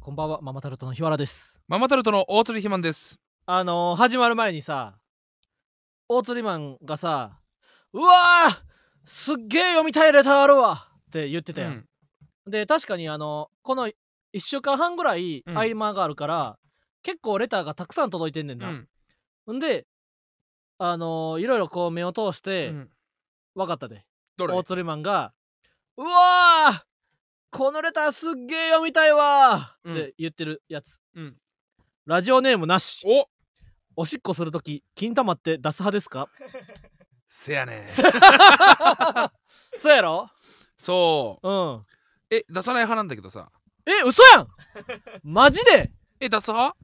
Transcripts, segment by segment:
こんばんはママタルトの日原ですママタルトの大鶴ひまんです。あのー、始まる前にさ大釣りマンがさ「うわーすっげえ読みたいレターあるわ!」って言ってたやん、で確かにあのこの1週間半ぐらいうん合間があるから、結構レターがたくさん届いてんねんうな、ん。んであのーいろいろこう目を通しうてん。分かったで、どれ大釣りマンが「うわーこのレターすっげえ読みたいわ!」うんって言ってるやつ、うんラジオネームなしおおしっこするとき金玉って出す派ですかせやねん。 そうやろ そう。うんえ、出さない派なんだけどさ。え嘘やんマジでえ、出す派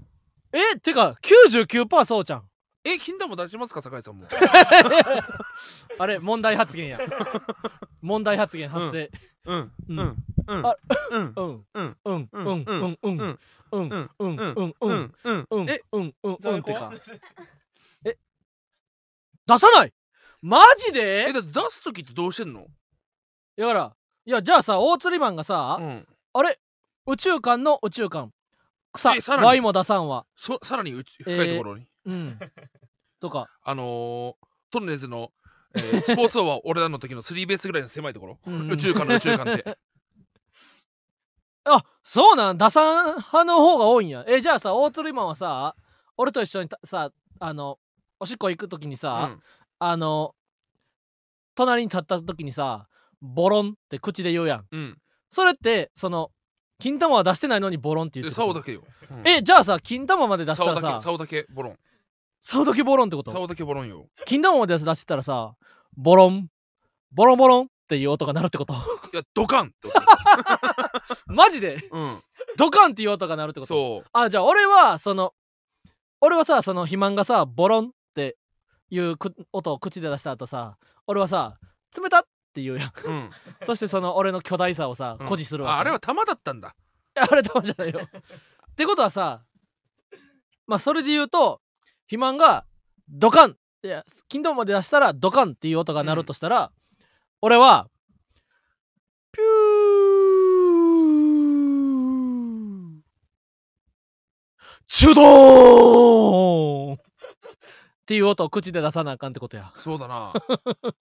えてか99%そうちゃんえ、金玉出しますか酒井さんも。あれ問題発言 や問題発言発生 うん。ううんん。うんあ。うん。うんうん。うんうんうんうんうんうんうんうんうんうんううんん。うん。うんえ、うんうんそううんいっうて子かえ出さないマジでえ、だって出すときってどうしてんのだからいやじゃあさ大釣りマンがさ、うん。あれ宇宙間の宇宙間草えさらに Y も出さんわそさらにうち深いところに。うんとかあのー、トンネルズの。えースポーツ王は俺らの時のスリーベースぐらいの狭いところうんうん宇宙間の宇宙間ってあそうなん打算派の方が多いんやえじゃあさ大鶴マンはさ俺と一緒にたさあのおしっこ行く時にうさ、ん あの隣に立った時にさボロンって口で言うやんうんそれってその金玉は出してないのにボロンって言でって竿ことだけようんえじゃあさ金玉まで出した竿らだけさ竿だけボロン竿だけボロンってこと竿だけボロンよ金玉まで出してたらさボロンボロンボロンっていう音が鳴るってこと いやドカンって音マジでうんドカンっていう音が鳴るってことそうあじゃあ俺はその俺はさその肥満がさボロンっていうく音を口で出した後さ俺はさ冷たって言う やんうん、そしてその俺の巨大さをさうん誇示するわけ、ああれは玉だったんだい やあれたまじゃな いよってことはさまあそれで言うと肥満がドカンいや金玉まで出したらドカンっていう音が鳴るとしたら、俺はピューチュドーンっていう音を口で出さなあかんってことや。そうだな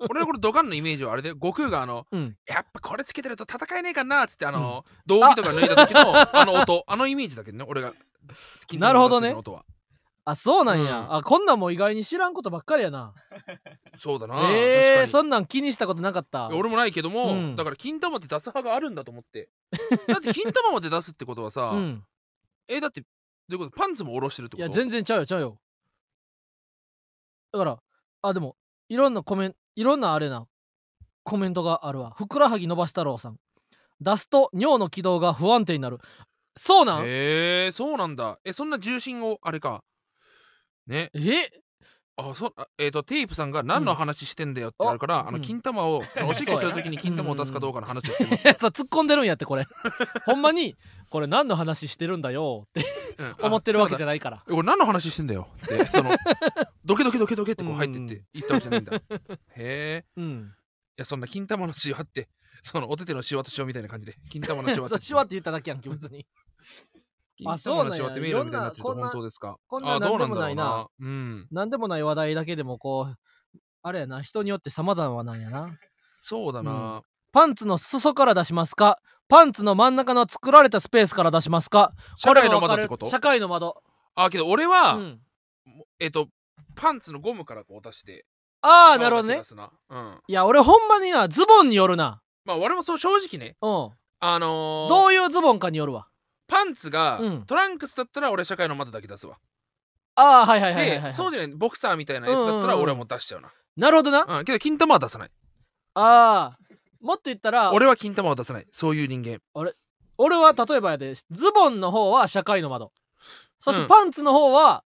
俺のこれドカンのイメージはあれで悟空があのうん。やっぱこれつけてると戦えねえかなっつってあの、道着とか脱いだ時のあの音あのイメージだけどね俺がなるほどね金玉の出す時の音はあ、そうなんや。うんあ、こんなんも意外に知らんことばっかりやな。そうだな、ええー、確かそんなん気にしたことなかった。に俺もないけども、うんだから金玉って出す派があるんだと思って だって金玉まで出すってことはさ、うん。えだってどういうことパンツも下ろしてるっていことや全然ちゃうよちゃうよだからあでもいろんなコメンいろんなあれなコメントがあるわふくらはぎ伸ばしたろうさん出すと尿の軌道が不安定になるそうなんえへえー、そうなんだえそんな重心をあれかねあそうあえっ、とテープさんが何の話してんだよってあるから、んあうのん金玉を、おしっこするときに金玉を出すかどうかの話をしてます。 さ突っ込んでるんやってこれ ほんまにこれ何の話してるんだよってうん思ってるわけじゃゃないから俺何の話してんだよってそ のドケドケドケドケってこう入ってうっんて言ったわけじゃないんだ。へえうんいやそんな金玉のしわって そのお手手のしわとしわみたいな 感じで金玉のしわっそてうシワって言っただけやんけ 別にあ金そう玉なんやのしわって見えるみたいになってるといろんな本当ですかこんなあどうななんんだろでもないうななうん何でもない話題だけでもこうあれやな人によって様々なんやなそうだな、パンツの裾から出しますかパンツの真ん中の作られたスペースから出しますか社会の窓ってここれも分かとる社会の窓。あけど俺は、うんえっ、とパンツのゴムからこう出してああ、なるほどね出。すなうんいや、俺ほんまにな、ズボンによるな。まあ俺もそう正直ねうん。あのーどういうズボンかによるわ。パンツが、うんトランクスだったら俺社会の窓だけ出すわ、ああ、はいはいはいはい、はいでそうじゃないボクサーみたいなやつだっうたんうんうらん俺はもう出しちゃうな、なるほどな。あうんけど金玉は出さないあー。もっと言ったら、俺俺は金玉は出さないそういう人間は例えばやで、ズボンの方は社会の窓。そしうてんパンツの方は、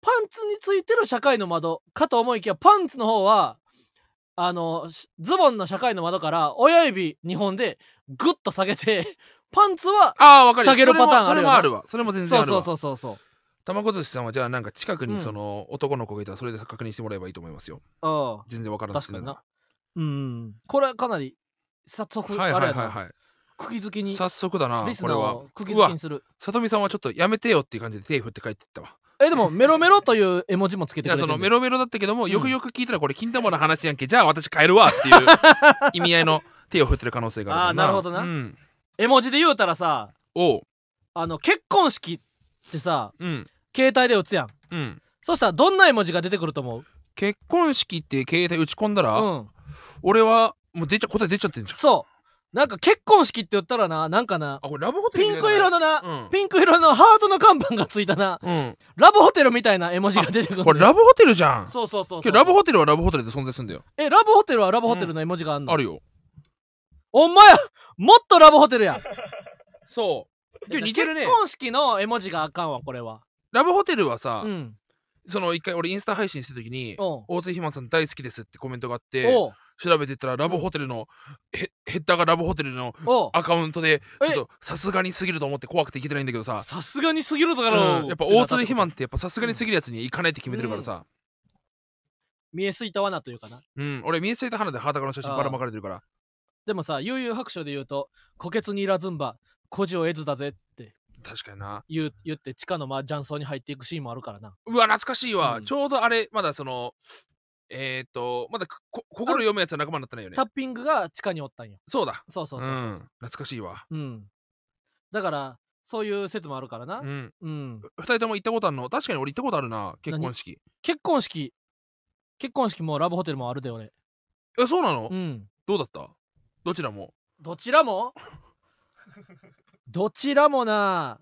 パンツについてる社会の窓かと思いきや、パンツの方は、あの、しズボンの社会の窓から親指2本でグッと下げて、 パンツはああわかる下げるそれもパターンあるよなそれもあるわそれも全然そあうるそわうそうそうそう。玉子寿司さんはじゃあなんか近くうにんその男の子がいたらそれで確認してもらえばいいと思いますよあ全然わからあな確くてかにはな。うん。これはかなり、早速、いはいあれはいやな、はい釘付けに早速だなリスこナれーはを釘付うけわにするさとみさんはちょっとやめてよっていう感じで手振って帰ってったわえでもメロメロという絵文字もつけいてくやれてそるのんメでロメロだったけども、うんよくよく聞いたらこれ金玉の話やんけじゃあ私帰るわっていう意味合いの手を振ってる可能性があるからあーなるほどなうん、絵文字で言うたらさおうあの結婚式ってさうん携帯で打つやんうんそしたらどんな絵文字が出てくると思う結婚式って携帯打ち込んだら、うん俺はもう出ちゃ答え出ちゃってんじゃんそうなんか結婚式って言ったらななんかなあこれラブホテルピみンたいク色だねのな、うんピンク色のハートの看板がついたなラブホテルみたいな絵文字が出てくうるんこれラブホテルじゃんそうそうそうそう今日ラブホテルはラブホテルで存在するんだよえラブホテルはラブホテルの絵文字があんの、あるよお前もっとラブホテルやそう でも似てるね結婚式の絵文字があかんわこれはラブホテルはさ、うんその一回俺インスタ配信してる時におう大津ひまさん大好きですってコメントがあっておう調べてったらラブホテルのヘヘッダーがラブホテルのおうアカウントでえちょっとさすがにすぎると思って怖くていけてないんだけどさ、さすがにすぎるだから、うんやっぱ大鶴ひまんんってやっぱさすがにすぎるやつに行かないって決めてるからさ、見えすいた罠というかなうん俺ミスイと花で裸の写真ばらまかれてるからでもさ悠々白書で言うと「虎穴にいらずんば孤児を得ずだぜ」って確かにな言う言って地下のまあ雀荘に入っていくシーンもあるからなうわ懐かしいわ、うんちょうどあれまだそのえっ、とまだくこ心読むやつは仲間になってないよねタッピングが地下におったんよそうだそうそううそうそうそん懐かしいわううん、だからそういう説もあるからなうんうん二人とも行ったことあるの確かに俺行ったことあるな結婚式結婚式結婚式もラブホテルもあるで俺えそうなの、うんどうだったどちらもどちらもどちらもな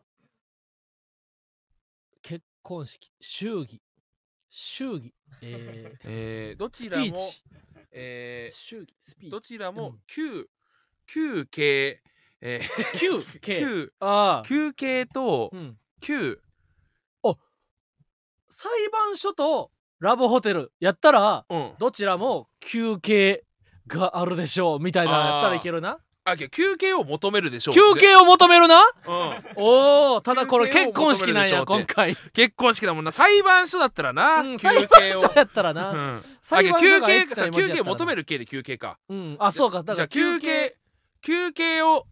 結婚式祝儀祝儀えーえー、どスちピらもーチえー祝儀スピーどチちらうもん旧旧系えー 9K 旧ああ、旧系とうん、旧裁判所とラブホテルやったらうんどちらも休憩があるでしょうみたいなのやったらいけるなあけど休憩を求めるでしょう休憩を求める なうんおおただこれ休憩結を婚式なんや求今めるで回結婚式だもんな裁判所だったらな、うん休 裁判憩を所やったらうなんあ裁けど判休所が憩 H さ対休憩求めるる系で休憩かうんあそうかだじからゃあ休憩休憩を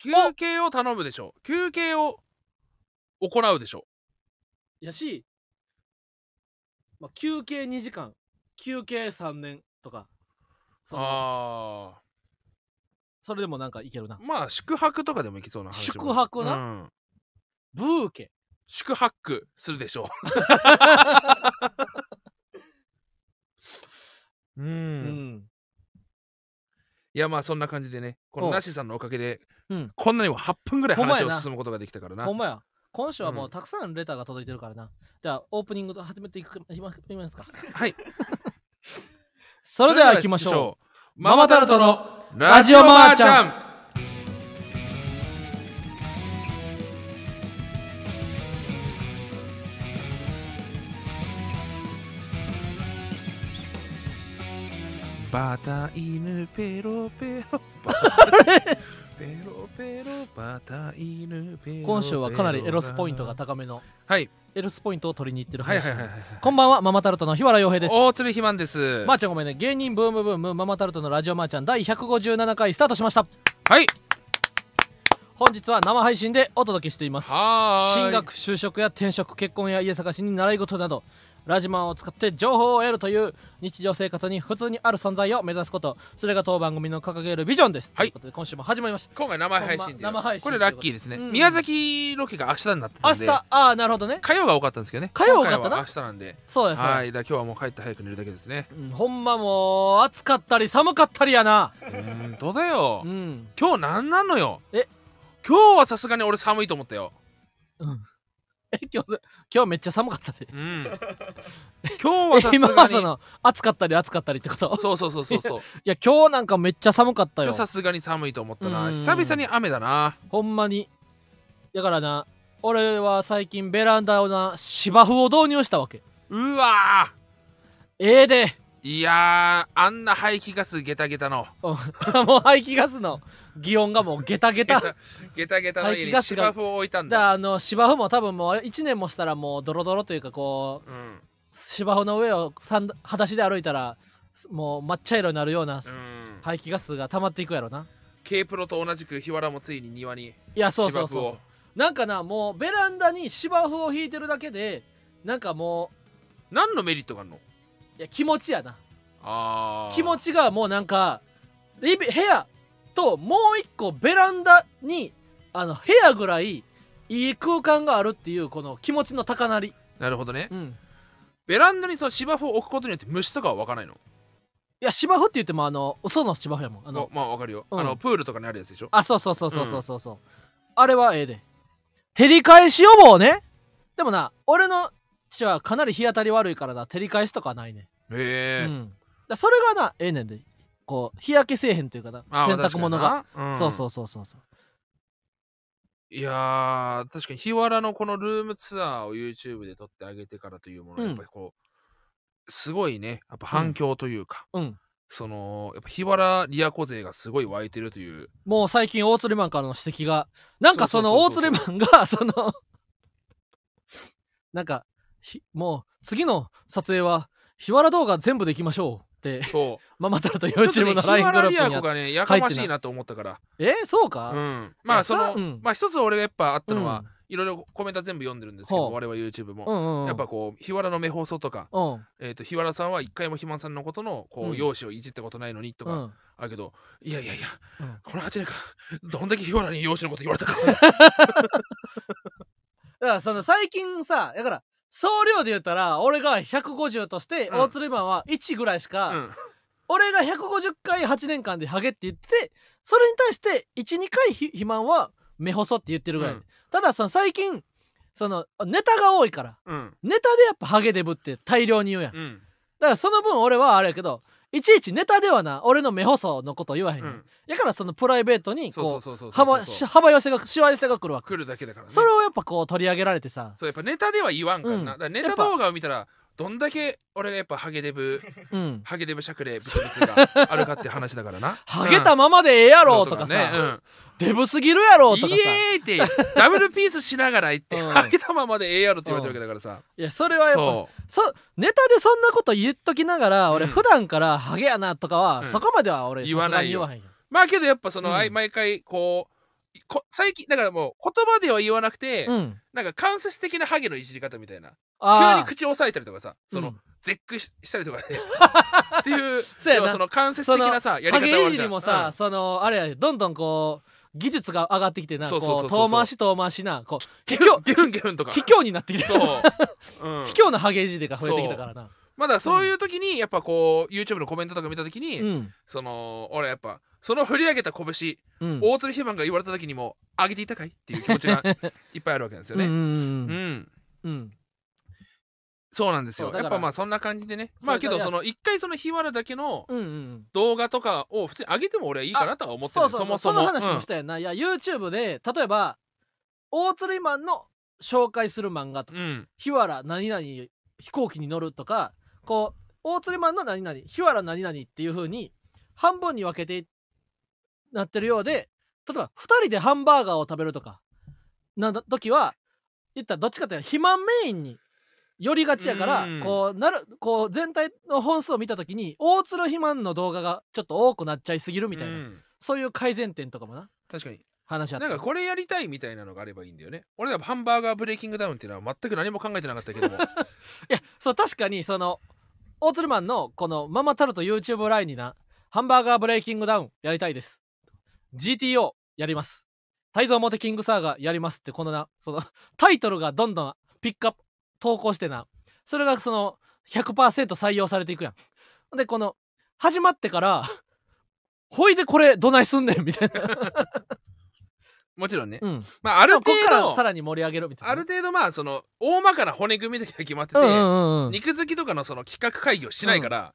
休憩を頼むでしょう休憩を行うでしょやし、まあ、休憩2時間休憩3年とかうそのああそれでもなんかいけるなまあ宿泊とかでもいきそうな話も宿泊なうんブーケ宿泊するでしょ うう。う、んんいやまあそんな感じでねこのおなしさんのおかげで、うんこんなにも8分ぐらいほんま話やなを進むことができたからなほんまや。今週はもううんたくさんレターが届いてるからな。じゃあオープニングと始めていくいきまいきますか。はい それでは行きましょうう。ママタルトのラジオマーちゃんバタ犬ペロペロバタペロペロバタ犬ペロペロ今週はかなりエロスポイントが高めのはいエロスポイントを取りに行ってるはい話。はいはいはいはいこんばんは、ママタルトの日原洋平です。大鶴ひまんですまーちゃんごめんね。芸人ブームブームママタルトのラジオまーちゃん第157回スタートしました。はい本日は生配信でお届けしています。はーい進学就職や転職結婚や家探しに習い事などラジマンを使って情報を得るという日常生活に普通にある存在を目指すことそれが当番組の掲げるビジョンです、はいということで今週も始まりました今回生配信でほんま生配信これラッキーですね、うん宮崎ロケが明日になってた明んで日ああなるほどね火曜が多かったんですけどね火曜多かったな今回は明日なんでそうですはいだから今日はもう帰って早く寝るだけですねうんほんまもう暑かったり寒かったりやなうーんどうだようん今日なんなんのよえ今日はさすがに俺寒いと思ったよえ今日今日めっちゃ寒かったでうん今日はさすがに 今はその暑かったり暑かったりってこと そうそうそうそうそういや今日なんかめっちゃ寒かった今よ日さすがに寒いと思ったうなん久々に雨だなほんまに。だからな、俺は最近ベランダをな、芝生を導入したわけ。うわええで、 ーいやーあんな排気ガスゲタゲタのうんもう排気ガスの擬音がもうゲタゲゲタ。 タゲタゲタの家排気にガスが芝生を置いたんで、だあの、芝生も多分もう1年もしたらもうドロドロというかこう、うん芝生の上をさん裸足で歩いたら、すもう抹茶色になるようなうん排気ガスが溜まっていくやろな。 K プロと同じく日原もついに庭にいやそう芝そ生うをそうそうなんかなもうベランダに芝生を引いてるだけでなんかも何のメリットがあるのういや気持ちやなあー気持ちがもうなんかリビ部屋ともう一個ベランダにあの部屋ぐらいいい空間があるっていうこの気持ちの高鳴り、なるほどねうん、ベランダにその芝生を置くことによって虫とかは湧かないのいや芝生って言ってもあの嘘の芝生やもんああのまあわかるよ、うんあのプールとかにあるやつでしょあそうそうそうそうそうそうそう、あれはええで照り返し予防ねでもな俺の父はかなり日当たり悪いからな照り返しとかはないね、へえ、うん、だそれがなええねんでこう日焼けせえへんというかなあー洗濯物が、、確かになそうそううそうそうそうんいやー確かに日原のこのルームツアーを YouTube で撮ってあげてからというもの、うんやっぱりこうすごいねやっぱ反響というか、うんそのやっぱ日原リアコ勢がすごい湧いてるというもう最近大釣りマンからの指摘がなんかそのそ大うそう釣そうりマンが そのなんかひもう次の撮影は日原動画全部でいきましょうって そうママタルと ちょっとね YouTube の LINE グループにヒマラあリアっコがね、やかましいなと思ったから。えそうか、うん。いまあ、やそさの、うんまあ、一つ俺がやっぱあったのは、うんいろいろコメントは全部読んでるんですけど、ほう我々 YouTube も。うんうんうん、やっぱこう、日原の目放送とか、うんえっ、と、日原さんは一回もひまさんのことの、こう、うん容姿をいじったことないのにとうか、ん、あるけど、いやいやいや、うんこの8年間、どんだけ日原に容姿のこと言われたか。だからその最近さだから総量で言ったら俺が150としてうん大鶴マンは1ぐらいしか、うん。俺が150回8年間でハゲって言ってそれに対して12回ひ肥満は目細って言ってるぐらい、うんただその最近そのネタが多いからうん。ネタでやっぱハゲデブって大量に言うやん、だうん。からその分俺はあれやけどいちいちネタではな俺の目細のこと言わへんうねんん。だからそのプライベートにそうそこうそうそうう。幅し幅寄せがしわ寄せが来るわけ来るだけだからね。それをやっぱこう取り上げられてさ、そう、やっぱネタでは言わんからな。うんだからネやタっぱ動画を見たら、どんだけ俺がやっぱハゲ デブうん、。ハゲデブしゃくれブツブツがあるかって話だからなハゲたままでええやだろとかさ、ねデブすぎるやろうん、とかさ、イエーイってダブルピースしながら言って、うんハゲたままでええやろって言われてるわけだからさ。いやそれはやっぱそうそネタでそんなこと言っときながら、俺うん普段からハゲやなとかは、うんそこまでは俺言わないよさすがに言わへんよまあけどやっぱその、うんあい毎回こういこ最近だからもう言葉では言わなくて、うんなんか間接的なハゲのいじり方みたいな急あに口を押さえたりとかさその、うん絶句ししたり とかでっていうそうやな要はその間接的なさやりハ方はゲあいるじじゃりんもさ、そのあれやどんどんこう技術が上がってきてなそこうそうそううそう遠回し遠回しなこう うん卑怯ギュンギュンとか卑怯になってきてそ ううん卑怯なハゲいじりが増えてきたからなまあだからそういう時にやっぱこう YouTube のコメントとか見た時に、うんその俺やっぱその振り上げた拳、うん大鶴ひまんが言われた時にも上げていたかいっていう気持ち がいっぱいあるわけなんですようんうね。うんん、うんうんそうなんですよそうだやかっらぱまあそんな感じでねそうまあけいどやその一回その日原だけのうんうん動画とかを普通に上げても俺はいいかなとは思ってそるうそうそうもそそもの話もしたやんな、いや YouTube で例えば大釣りマンの紹介する漫画とかうん、うん日原何々飛行機に乗るとかこう大釣りマンの何々日原何々っていう風に半分に分けてなってるようで例えば2人でハンバーガーを食べるとかなんだ時は言ったらどっちかというと肥満メインに寄りがちやからうんこうなるこう全体の本数を見た時に大鶴肥満の動画がちょっと多くなっちゃいすぎるみたいな、うんそういう改善点とかもな確かに話あったなんかこれやりたいみたいなのがあればいいんだよね俺らハンバーガーブレイキングダウンっていうのは全く何も考えてなかっ たけどもいやそう確かにそのオートルマンのこのママタルト YouTube ラインになハンバーガーブレイキングダウンやりたいです GTO やりますタイゾウモテキングサーガーやりますってこのなそのタイトルがどんどんピックアップ投稿してなそれがその100%採用されていくやんでこの始まってからほいでこれどないすんねんみたいな、もちろんね、うん、まああでるも程こっから度さらに盛り上げるみたいなある程度まあその大まかな骨組みだけが決まってて、うんうんうんうん肉好きとかのその企画会議をしないから、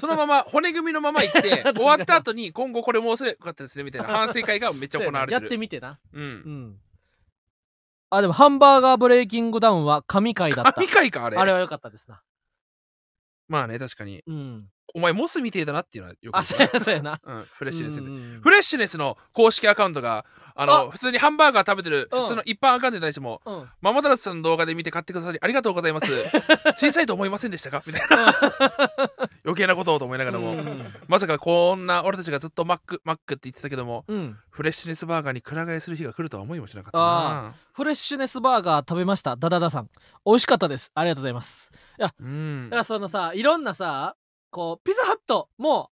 そのまま骨組みのまま行 って終わった後に今後これもうすればよかったですねみたいな反省会がめっちゃ行われてやっるてみてなうんうん。あ、でも、ハンバーガーブレイキングダウンは神回だった。神回かあれあれは良かったですな。まあね確かにうん。お前モスみてえだなっていうのはよくあわそかうやる、そうやなうん、フレッシュネスでうんフレッシュネスの公式アカウントがあのあ普通にハンバーガー食べてるうん普通の一般アカウントに対してもうんママタラスさんの動画で見て買ってくださりありがとうござ います小さいと思いませんでしたかみたいな余計なことをと思いながらも、うん まさかこんな俺たちがずっとマックマックって言ってたけどもうんフレッシュネスバーガーにくら替えする日が来るとは思いもしなかったあなフレッシュネスバーガー食べましたダダダさん美味しかったですありがとうございますうんだからそのさいろんなさこうピザハットも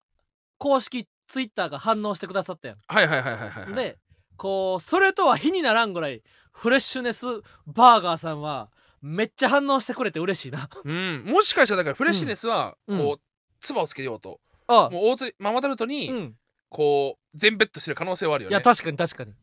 公式ツイッターが反応してくださったやんはいはいはいはいはいはいでこうそれとは比にならんぐらいフレッシュネスバーガーさんはめっちゃ反応してくれて嬉しいなうん、もしかしたらだからフレッシュネスはうこう、ん唾をつけようとあもう大津ママタルトうにんこう全ベットしてる可能性はあるいよねや確かに確かに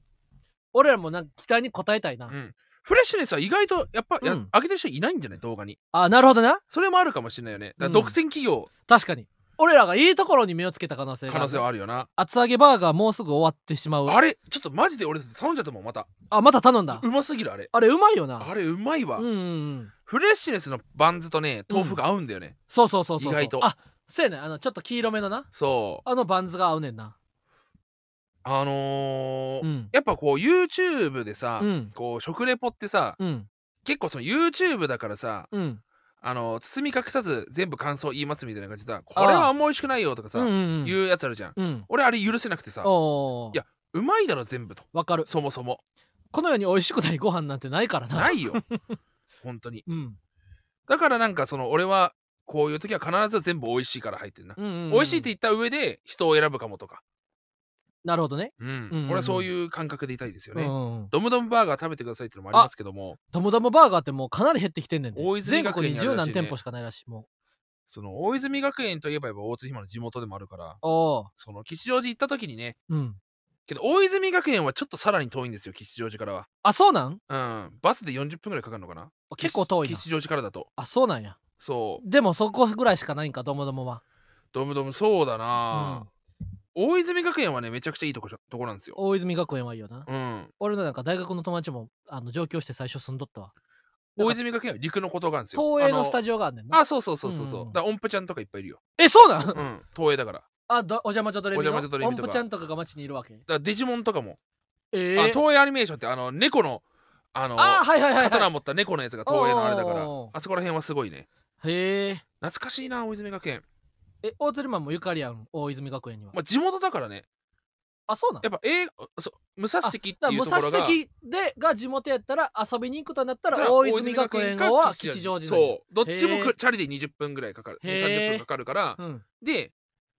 俺らもなんか期待に応えたいな、うん、フレッシュネスは意外とやっぱ、やうん上げてる人いないんじゃない動画にあなるほどなそれもあるかもしれないよねだうんから独占企業確かに俺らがいいところに目をつけた可能性があ可る能性はあるよな、厚揚げバーガーもうすぐ終わってしまうあれちょっとマジで俺頼んじゃったもんまたあまた頼んだうますぎるあれあれうまいよなあれうまいわ、うんうんうんフレッシュネスのバンズとね豆腐が合うんだよね、そうそうそうそうそう意外とあそうやねあのちょっと黄色めのなそうあのバンズが合うねんなあのーうんやっぱこう YouTube でさ、うんこう食レポってさうん結構その YouTube だからさうんあの包み隠さず全部感想言いますみたいな感じだこれはあんま美味しくないよとかさ、うんうんうん言うやつあるじゃんうん俺あれ許せなくてさおおいやうまいだろ全部とわかるそも そもこの世に美味しくないご飯なんてないからなないよ本当にうんだからなんかその俺はこういう時は必ず全部美味しいから入ってるな、うんうんうん美味しいって言った上で人を選ぶかもとか、なるほどねうんうんうん俺はそういう感覚でいたいですようね、んうんうんドムドムバーガー食べてくださいってのもありますけどもともどもバーガーってもうかなり減ってきてんねんで大泉全学国に園にある十ら何しいね店舗しかないらしいもその大泉学園といえばやっぱ大津ひまの地元でもあるからうおおその吉祥寺行った時にねうんけど大泉学園はちょっとさらに遠いんですよ吉祥寺からはあそうなんうんバスで40分ぐらいかかるのかな結構遠いな吉吉祥寺からだとあそうなんやそうでもそこぐらいしかないんかどもどもはドムドムそうだな、大泉学園はねめちゃくちゃいいとこしょとこなんですよ大泉学園はいいよなうん俺のなんか大学の友達もあの上京して最初住んどったわ大泉学園は陸のことがあるんですよ東映のスタジジオがあんねんあなそうそうそうそうそう、うんうんだから音符ちゃんとかいっぱいいるよ、えそうなんうん、東映だからだかあどお邪魔女ドレミおの邪魔女ドレミとか音符ちゃんとかが街にいるわけらデジモンとかも、えあえ東映アニメーションってあの猫のあのあはいはいはい刀は持った猫のやつが東映のあれだからおーあそこら辺はすごいねいへえ懐かしいな大泉学園、え大鶴マンもゆかりやん大泉学園にはまあ、地元だからねあそうなんやっぱ映画そう武蔵関ってだからいう武とこ蔵ろが関でが地元やったら遊びに行くとなっただから大泉学園かは吉祥寺なんやそうどっちもへーくチャリで20分ぐらいかかるへー20 30分かかるからうんで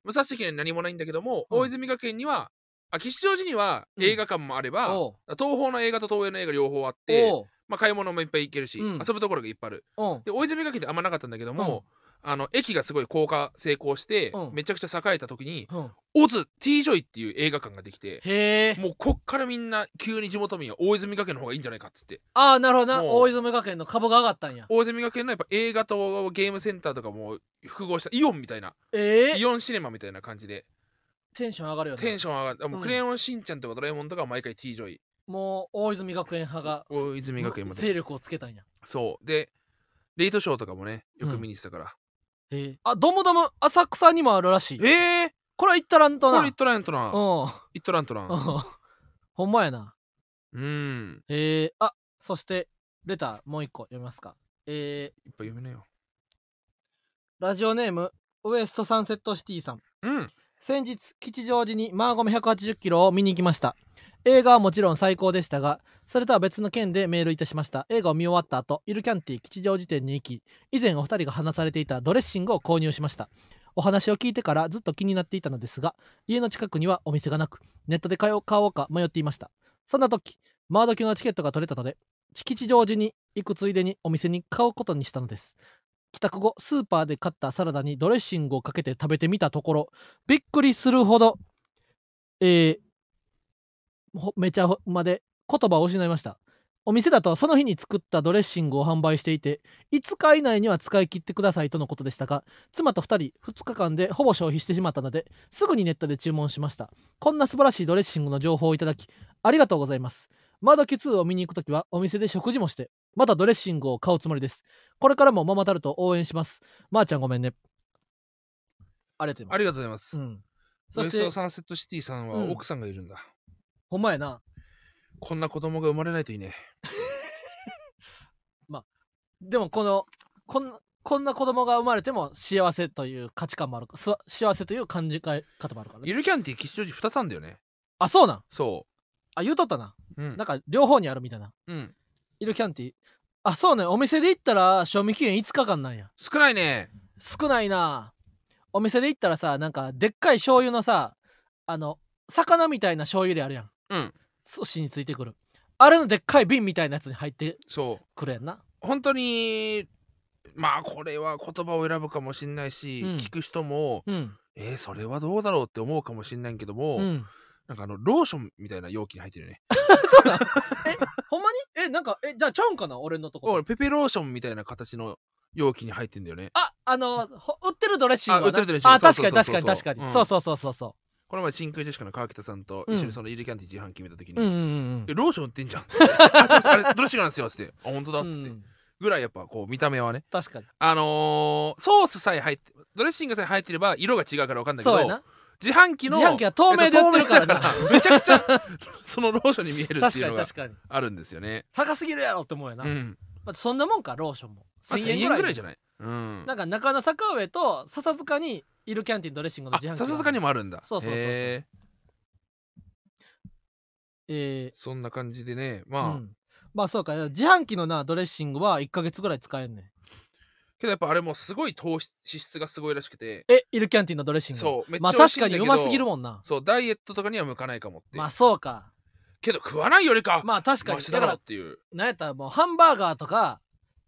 武蔵関には何もないんだけども、うん大泉学園にはあ吉祥寺にはうん映画館もあれば、おう東宝の映画と東映の映画両方あって、おうまあ、買い物もいっぱい行けるし、うん遊ぶところがいっぱいあるおうで大泉学園ってあんまなかったんだけども、あの駅がすごい高架成功して、うんめちゃくちゃ栄えた時にうんオズ T ジョイっていう映画館ができてへえもうこっからみんな急に地元民は大泉学園の方がいいんじゃないかっつってああなるほどなもう大泉学園の株が上がったんや大泉学園のやっぱ映画とゲームセンターとかも複合したイオンみたいなええイオンシネマみたいな感じでテンション上がるよなテンション上がってもううんクレヨンしんちゃんとかドラえもんとかは毎回 T ジョイもう大泉学園派が大泉学園まで勢力をつけたんやそうでレイトショーとかもねよく見にしてたから、へえあどもども浅草にもあるらしいええこれは行ったらんとこれな行っとらんとなうん行っとらんとなうん ほんまやなうんえー、あそしてレターもう一個読みますかえー、いっぱい読めなよラジオネームウエストサンセットシティさんうん先日吉祥寺にマーゴム180キロを見に行きました映画はもちろん最高でしたがそれとは別の件でメールいたしました映画を見終わった後ゆるキャンティ吉祥寺店に行き以前お二人が話されていたドレッシングを購入しましたお話を聞いてからずっと気になっていたのですが家の近くにはお店がなくネットで買おう買おうか迷っていましたそんな時マード級のチケットが取れたので吉祥寺に行くついでにお店に買うことにしたのです帰宅後スーパーで買ったサラダにドレッシングをかけて食べてみたところびっくりするほど、えーほめちゃほまで言葉を失いました。お店だとその日に作ったドレッシングを販売していて、5日以内には使い切ってくださいとのことでしたが、妻と2人2日間でほぼ消費してしまったので、すぐにネットで注文しました。こんな素晴らしいドレッシングの情報をいただき、ありがとうございます。マードキュ2を見に行くときはお店で食事もして、またドレッシングを買うつもりです。これからもママタルト応援します。まー、ちゃんごめんね。ありがとうござありいがまとうございますす。。うん、ウそエしスてトサンセットシティさんはうん奥さんがいるんだ。ほんまやなこんな子供が生まれないといいね。でもこのこんこんな子供が生まれても幸せという価値観もあるすわ幸せという感じか方もあるからねゆるキャンティー吉祥寺2つあんだよね。あそうなんそあ言うとったなう。うんな。んか両方にあるみたいなうん、イルキャンティあそうねお店で行ったら賞味期限5日間なんや少ないね。少ないなお店で行ったらさなんかでっかい醤油のさあの魚みたいな醤油であるやんうん。寿司についてくるあれのでっかい瓶みたいなやつに入ってそう。くるやんな本当に、まあこれは言葉を選ぶかもしんないし、うん聞く人も、うんえーそれはどうだろうって思うかもしんないけども、うんなんかあの、ローションみたいな容器に入ってるよね。ほんまにえなんかえじゃあちゃうんかな俺のとこ俺、ペペローションみたいな形の容器に入ってんだよね。ああのほ売ってるドレッシングはなあ売ってるドレッシングあ確かにそ確うそうそかに確うそうかに、うんそうそうそうそうそこの前、真空ジェシカの川北さんと一緒にそのイルキャンティー自販機見た時に、ううんうんうんえローション売ってんじゃんあちょっとあれドレッシングなんですよっつってあ本当だうっつっんて、うんぐらいやっぱこう見た目はね確かにあのーソースさえ入ってドレッシングさえ入ってれば色が違うから分かんないけそうやどな自販機の自販機は透明でやってるからそう透明だな めちゃくちゃそのローションに見えるって確いかうにのが確かにあるんですよね高すぎるやろって思うよな、うん、まあ、そんなもんかローションもまあ、1000円ぐらいじゃないうんなんか中野坂上と笹塚にいるキャンティンドレッシングのあ自販機笹塚にも、もあるんだそうそうそうそうへーえそんな感じでねーまあ、うん、まあそうか自販機のなドレッシングは1か月ぐらい使えんねんけどやっぱあれもすごい糖質脂質がすごいらしくてえいるキャンティンのドレッシングそうめっちまゃあ美味確しいんだかけにど、うますぎるもんなそうダイエットとかには向かないかもって、まあそうかけど食わないよりかまあ確かにマシだだかろらっていうなんやったらもうハンバーガーとか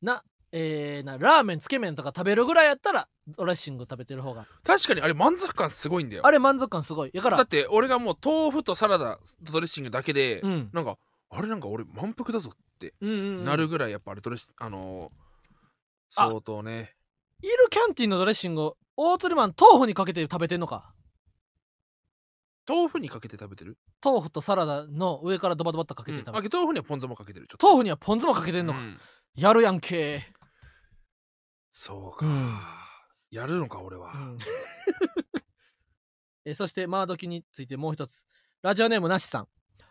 なえー、なラーメンつけ麺とか食べるぐらいやったらドレッシング食べてる方が確かにあれ満足感すごいんだよあれ満足感すごいやかだっらて俺がもう豆腐とサラダとドレッシングだけで、うんなんかあれなんか俺満腹だぞってうんうんうんなるぐらいやっぱあれドレッシあのーあ相当ねいるキャンティンのドレッシングを大鶴マン豆腐にかけて食べてんのか豆腐にかけて食べてる豆腐とサラダの上からドバドバっとかけて食べうんある、けど豆腐にはポン酢もかけてるちょっ豆腐にはポン酢もかけてんのか、うんやるやんけ、そうか、うんやるのか俺は、 えそしてマードキについてもう一つラジオネームなしさん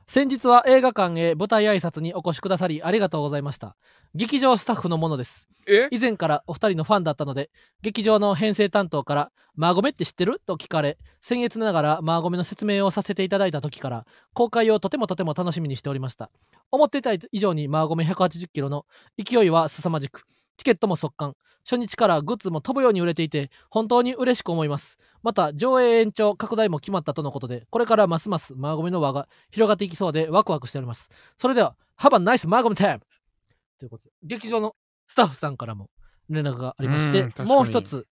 先日は映画館へ舞台挨拶にお越しくださりありがとうございました劇場スタッフのものですえ以前からお二人のファンだったので劇場の編成担当から「マーゴメって知ってる?」と聞かれ僭越ながらマーゴメの説明をさせていただいた時から公開をとてもとても楽しみにしておりました思っていた以上にマーゴメ180キロの勢いは凄まじくチケットも速乾初日からグッズも飛ぶように売れていて本当に嬉しく思いますまた上映延長拡大も決まったとのことでこれからますますマーゴメの輪が広がっていきそうでワクワクしておりますそれではハバナイスマーゴメタイムということで劇場のスタッフさんからも連絡がありましうんて確かにもう一つ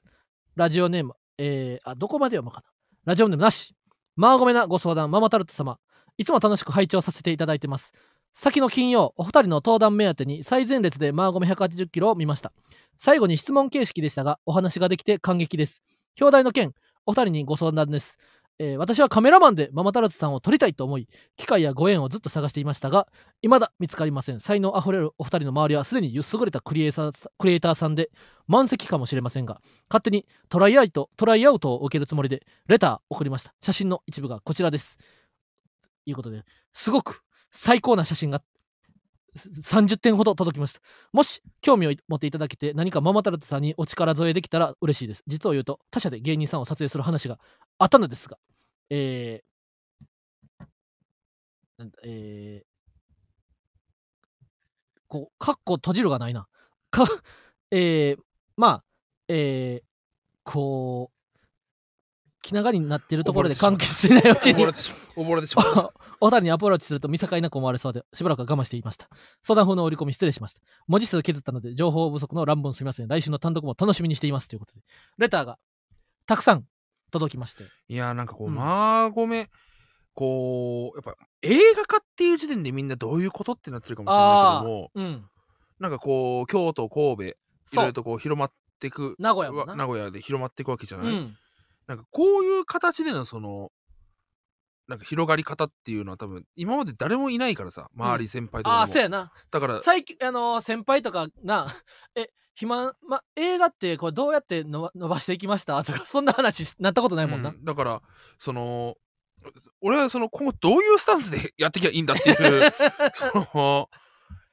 ラジオネームえー、あどこまで読むかなラジオネームなしマーゴメなご相談ママタルト様いつも楽しく拝聴させていただいてます先の金曜お二人の登壇目当てに最前列でマーゴメ180キロを見ました最後に質問形式でしたがお話ができて感激です表題の件お二人にご相談です、えー私はカメラマンでママタルトさんを撮りたいと思い機会やご縁をずっと探していましたが未だ見つかりません才能あふれるお二人の周りはすでに優れたクリエイターさクリエイターさんで満席かもしれませんが勝手にトライアウトトライアウトを受けるつもりでレターを送りました写真の一部がこちらですということですごく最高な写真がす30点ほど届きましたもし興味を持っていただけて何かママタルトさんにお力添えできたら嬉しいです実を言うと他社で芸人さんを撮影する話があったのですがえーなんだえーこう、カッコ閉じるがないな。か、えー、まあ、えー、こう、気長になってるところで完結しないうちに溺れてしま溺れてしまった お二人にアプローチすると見境なく思われそうで、しばらくは我慢していました。相談風の折り込み失礼しました。文字数削ったので、情報不足の乱文すみません。来週の単独も楽しみにしています。ということで、レターがたくさん届きまして。いやーなんかこう、うんマーゴメこうやっぱ映画化っていう時点でみんなどういうことってなってるかもしれないけどもうん。なんかこう京都神戸いろそいろう、とこう広まっていく名古屋もわな。名古屋で広まっていくわけじゃない、うん。なんかこういう形でのそのなんか広がり方っていうのは多分今まで誰もいないからさ周り先輩とかあも、あ、そうやな。だから最近、あのー先輩とかな、え、肥満、ま、映画ってこれどうやってのば伸ばしていきましたとかそんな話しなったことないもんな、うんだからその俺はその今後どういうスタンスで やってきゃいいんだっていう その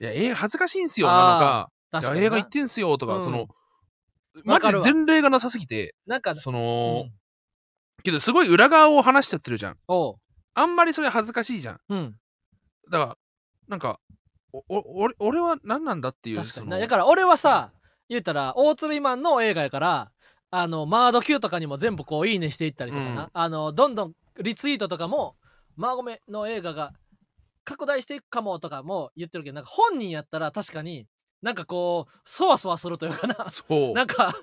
いや映画恥ずかしいんすよなの確かかいにやな映画行ってんすよとか、うんそのマわジかるでわ前例がなさすぎてなんかその、うんけどすごい裏側を話しちゃってるじゃんおうあんまりそれ恥ずかしいじゃんうんだからなんかおお俺俺は何なんだっていう確かにそなのだから俺はさ言うたら大鶴肥満の映画やからあのマード Q とかにも全部こういいねしていったりとかな、うんあのどんどんリツイートとかもマーゴメの映画が拡大していくかもとかも言ってるけどなんか本人やったら確かになんかこうそわそわするというかなそうなんか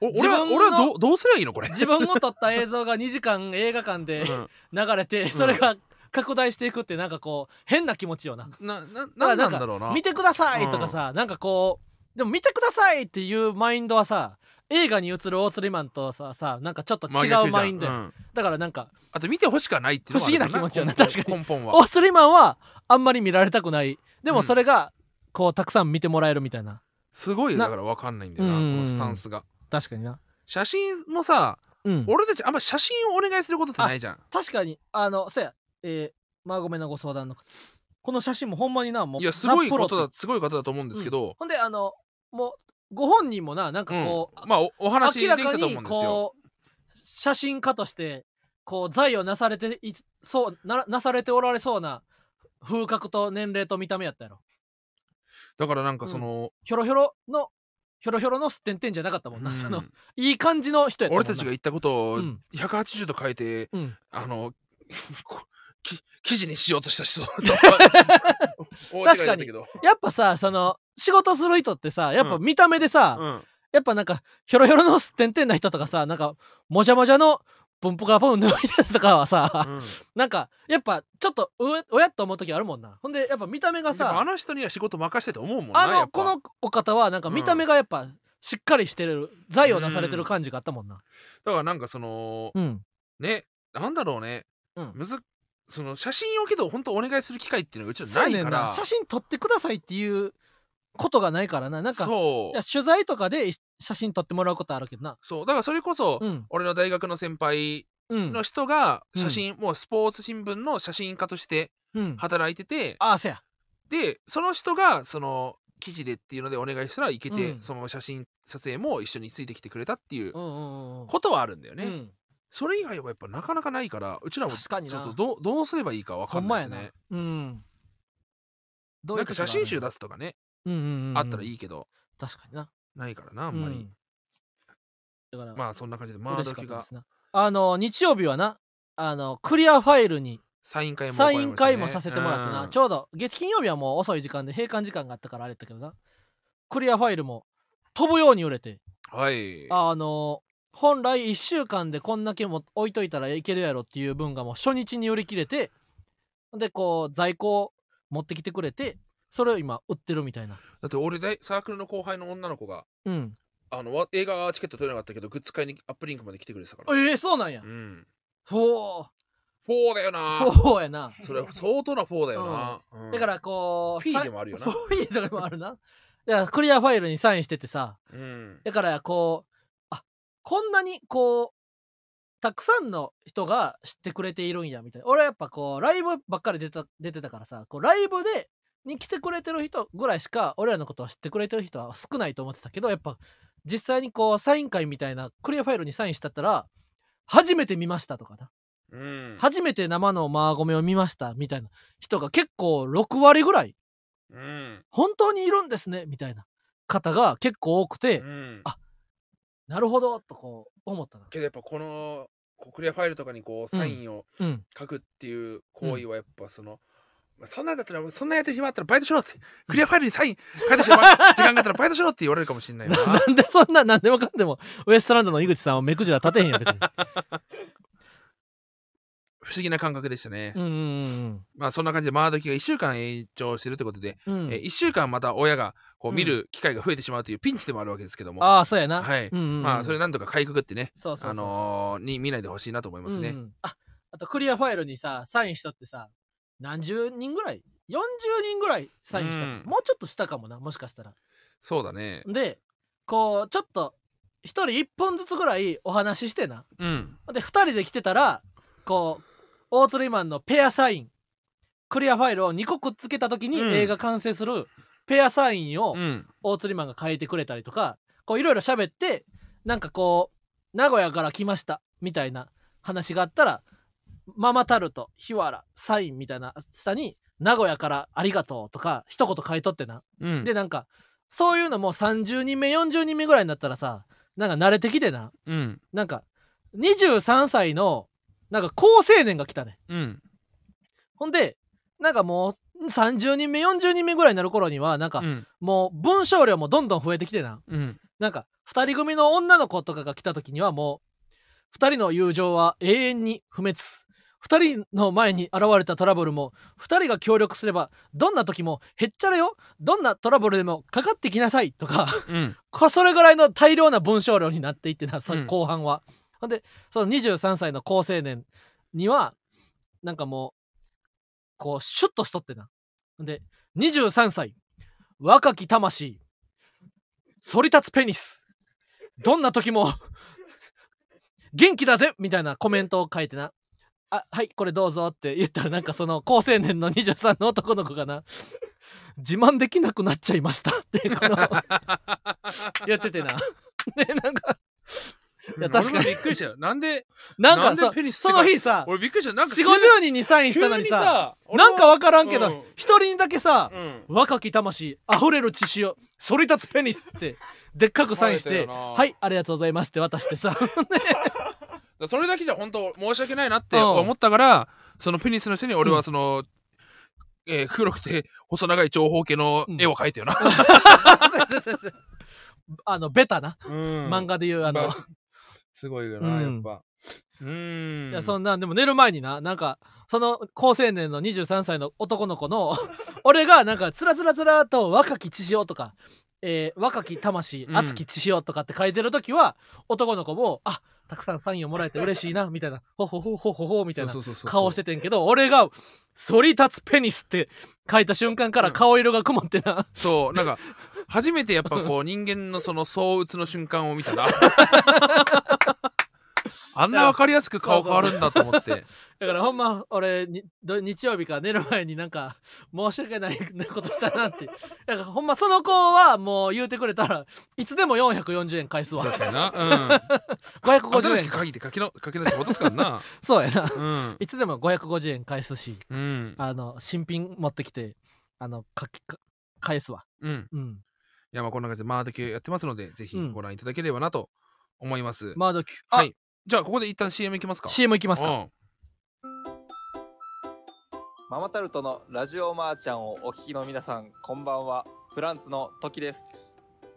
お自俺は分の俺はどうどうすりゃいいのこれ、自分を撮った映像が2時間映画館でう、流れてそれが拡大していくってなんかこう変な気持ちよなんなならなんななんんかだろうな見てくださいとかさ、なんかこうでも見てくださいっていうマインドはさ映画に映る大釣りマンとささなんかちょっと真逆違じゃんうマインドや、うんだからなんかあと見てほしくはないっていうのはある不思議な気持ちやな根本確かに根本は大釣りマンはあんまり見られたくないでうもんそれがこうたくさん見てもらえるみたいなすごいよなだから分かんないんだよなうこんのスタンスが確かにな写真もさうん俺たちあんま写真をお願いすることってないじゃん確かにあのせやえー、マーゴメのご相談の方この写真もほんまになもういいやすごいことだだすごい方だと思うんですけど、ほんであのもうご本人もななんかうんこう、まあおお話で明きたらと思かうんですによこう写真家としてこう財をなされていそうななされておられそうな風格と年齢と見た目やったやろだからなんかその、ひょろひょろのひょろひょろのすってんてんじゃなかったもんな、うんそのいい感じの人やったもん俺なたちが言ったことをうん180度変えて、うんあの、 こき記事にしようとし た人確かにに。やっぱさその仕事する人ってさやっぱう見た目でさ、うんやっぱなんかひょろひょろのすってんてんな人とかさなんかもじゃもじゃのポンポカポン抜いてるとかはさ、うんなんかやっぱちょっとうえおやっと思う時あるもんなほんでやっぱ見た目がでもあさの人には仕事任せてと思うもんなあやっのぱこのお方はなんかうん見た目がやっぱしっかりしてる財をなされてる感じがあったもんなだからなんかそのうんねなんだろうね、うんむずその写真をけど本当お願いする機会っていうのがうちそらうないやねんかなら写真撮ってくださいっていうことがないからななんかそいうや取材とかで写真撮ってもらうことあるけどなそうだからそれこそ、うん俺の大学の先輩うんの人が写真、もうスポーツ新聞の写真家としてうん働いてて、ああせやでその人がその記事でっていうのでお願いしたらいけて、うんそのまま写真撮影も一緒についてきてくれたっていううんうんうんことはあるんだよね、うんそれ以外はやっぱなかなかないからうちらも確かにちょなっとどうどうすればいいか分ほかんんなまいでやすなねうんどなんか写真集だ出すとかね、うんうんうんあったらいいいけど確かになないからなあんまり、うだからまあそんな感じでマー嬉ドしかっキたでがすなあの日曜日はなあのクリアファイルにサイン会も行サわれイましたね、ン会もさせてもらってな、うんちょうど月金曜日はもう遅い時間で閉館時間があったからあれだけどなクリアファイルも飛ぶように売れてはいあの本来1週間でこんだけも置いといたらいけるやろっていう分がもう初日に売り切れてでこう在庫を持ってきてくれてそれを今売ってるみたいなだって俺大サークルの後輩の女の子がうんあのわ映画チケット取れなかったけどグッズ買いにアップリンクまで来てくれてたからええそうなんやうんほうフォーだよなほうやなそれは相当なフォーだよな、うんだからこうフィーでもあるよなフィーとかもあるな。いや、クリアファイルにサインしててさ、うんだからこう、あこんなにこう、たくさんの人が知ってくれているんやみたいな。俺はやっぱこう、ライブばっかり出た出てたからさ、こうライブで、に来てくれてる人ぐらいしか、俺らのことを知ってくれてる人は少ないと思ってたけど、やっぱ、実際にこう、サイン会みたいな、クリアファイルにサインしたったら、初めて見ましたとかな。うん初めて生のマーゴメを見ましたみたいな人が結構6割ぐらいうん本当にいるんですねみたいな方が結構多くて、うんあなるほどとこう思ったな。けどやっぱこのこうクリアファイルとかにこうサインをうん、書くっていう行為はやっぱその、まあそんなんだったらそんなんやってる暇あったらバイトしろってクリアファイルにサイン書いてしまう時間があったらバイトしろって言われるかもしれないよな なんでそんな何でもかんでもウエストランドの井口さんは目くじら立てへんやん別 に。 不思議な感覚でしたね、うんうんまあそんな感じでマードキが1週間延長してるということで、うんうん。え1週間また親がこう見る機会が増えてしまうというピンチでもあるわけですけども、ああそうやな。はいうんうんうん、まあそれなんとかかいくぐってねそうそうそうあのーに見ないでほしいなと思いますね、うんうんああとクリアファイルにさサインしとってさ何十人ぐらい40人ぐらいサインした、うんもうちょっとしたかもなもしかしたら。そうだねでこうちょっと一人一本ずつぐらいお話ししてなうん。で二人で来てたらこう大鶴マンのペアサインクリアファイルを2個くっつけた時にうん映画完成するペアサインをうん。大釣りマンが書いてくれたりとかこういろいろ喋ってなんかこう名古屋から来ましたみたいな話があったらママタルト日原サインみたいな下に名古屋からありがとうとか一言書いとってな、うん。でなんかそういうのも30人目40人目ぐらいになったらさなんか慣れてきてなうん。なんか23歳のなんか高青年が来たねうん。ほんでなんかもう30人目40人目ぐらいになる頃にはなんかうん。もう文章量もどんどん増えてきてなうん。なんか2人組の女の子とかが来た時にはもう2人の友情は永遠に不滅2人の前に現れたトラブルも2人が協力すればどんな時もへっちゃらよどんなトラブルでもかかってきなさいとかうん。こそれぐらいの大量な文章量になっていってなさうん後半は。ほんでその23歳の高青年にはなんかもうこうシュッとしとってな。ほんで23歳若き魂反り立つペニスどんな時も元気だぜみたいなコメントを書いてな。あはいこれどうぞって言ったらなんかその高青年の23の男の子がな自慢できなくなっちゃいましたってこのやっててな。でなんかいや確かに俺もびっくりしたよ。なんで、なんかなんそでペニスその日さ俺びっくりした。なんか急4に、 5 0人にサインしたのに急さ俺なはんかわからんけうど一、人だけさ、うん。若き魂あふれる血潮そり立つペニスってでっかくサイン して「書いたよなはいありがとうございます」って渡して さだからそれだけじゃ本当申し訳ないなってうん思ったから、そのペニスの下に俺はその、えー黒くて細長い長方形の絵を描いたよな。そうそうそうあのベタな、漫画でいうあの、まあすごいよな、うんやっぱ。うーん。いやそんなでも寝る前にななんかその高青年の23歳の男の子の 俺がなんかつらつらつらと「若き血潮」とか「えー若き魂うん熱き血潮」とかって書いてる時は、男の子も「あたくさんサインをもらえて嬉しいな」みたいな「ほほほほほほ」みたいなそうそうそうそう顔しててんけど俺が「反り立つペニス」って書いた瞬間から顔色が曇ってな、そう、なんか、初めてやっぱこう、人間のその相打つの瞬間を見 たな。あんなわかりやすく顔変わるんだと思って。だからほんま俺にど日曜日から寝る前になんか申し訳ないことしたなってだからほんまその子はもう言うてくれたらいつでも440円返すわ確かにな。うん。新550し円く限って書きの書き直して戻すからな。そうやなうん。いつでも550円返すしうん。あの新品持ってきてあの書きか返すわうん。うんいや、まあこんな感じでマード級やってますので、ぜひうんご覧いただければなと思います。マードキュあ、はいじゃあ、ここで一旦 CM いきますか。 CM いきますかうんママタルトのラジオマーちゃんをお聞きの皆さんこんばんはフランツのトキです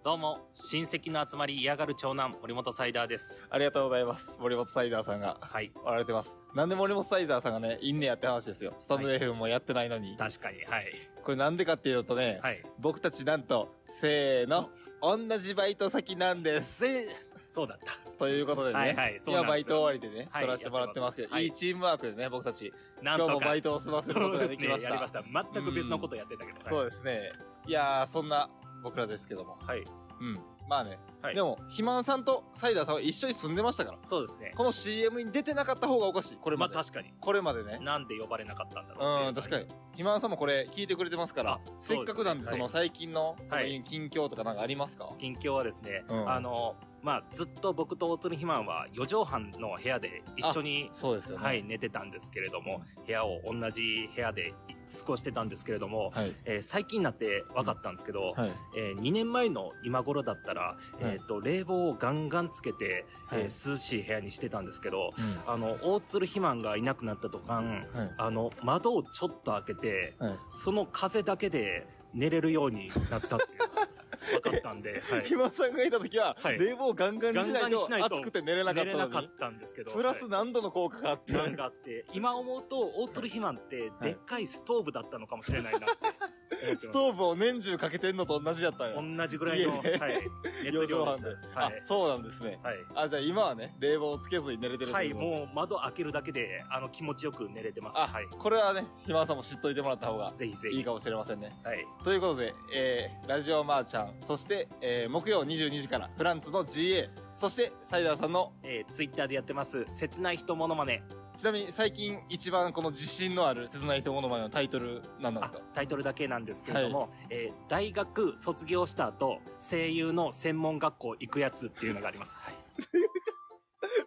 どうも親戚の集まり嫌がる長男森本サイダーですありがとうございます森本サイダーさんがはい笑われてますなんで森本サイダーさんがねいんねやって話ですよスタンドは FM もやってないのに、確かにはいこれなんでかっていうとね、はい僕たちなんとせーの同じバイト先なんですぜそうだったということでね、はいはいそうなん今バでイすトよ終わりでね、はい取らせてもらってますけど、、はいいいチームワークでね僕たちな今んと日かもバイトを済ませることができましそうですねやりたました全く別のことやってたけどそうですねいやーそんな僕らですけどもすはいうんまあねはいでも、肥満さんとサイダーさんは一緒に住んでましたから。そうですねこの CM に出てなかった方がおかしい。これままあで。確かにこれまでね。なんで呼ばれなかったんだろうっていううん、確かに。肥満さんもこれ聞いてくれてますからあ、そうですせねっかくなんで、はいその最近の、はいこの近況とかなんかありますか近況はですね、うんあのまあずっと僕と大鶴肥満は4畳半の部屋で一緒にそうですよね。はい。寝てたんですけれども部屋を同じ部屋で過ごしてたんですけれども、はい。えー最近になって分かったんですけど、はい。えー2年前の今頃だったら、えー、と冷房をガンガンつけて、はいえー涼しい部屋にしてたんですけどあの大鶴肥満がいなくなった途端うんはい。あの窓をちょっと開けてはい。その風だけで寝れるようになったっていう分かったん で、はい肥満さんがいた時は、はい冷房ガンガンにしないガンガンにしないとと暑くて寝れなかっ寝れたなかのにっ。たんですけどプラスはい何度の効果があって。なんかあって今思うと大鶴肥満ってでっかいストーブだったのかもしれないなって、思ってスまトーブを年中かけてんのと同じやったんやす。同じぐらいの、家ではい、熱量でした。 4畳半はであい。そうなんですねはいあじゃあ今はね冷房をつけずに寝れてるとはいい、うこともう窓開けるだけであの気持ちよく寝れてます。あはい、これはねひまわさんも知っといてもらった方がぜひぜひ。いいかもしれませんねはい、ということで、えーラジオマーちゃんそして、えー木曜22時からフランツの GA そしてサイダーさんのえー、ツイッターでやってます切ない人モノマネ。ちなみに最近一番この自信のある切ない人ものまねのタイトル何なんであすかタイトルだけなんですけれども、えー大学卒業した後声優の専門学校行くやつっていうのがあります。はい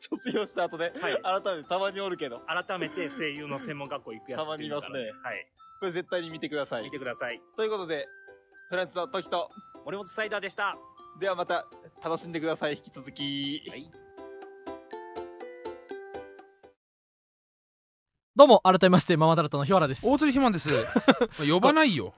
卒業した後で、はい改めてたまにおるけど改めて声優の専門学校行くやつっていうのがあるんで たまにいこれ絶対に見てくださはいい。見てください。ということでフランツの時と森本サイダーでした。ではまた楽しんでください引き続き、はいどうも改めましてママタルトの日原です大鳥ひま んですまあ呼ばないよ、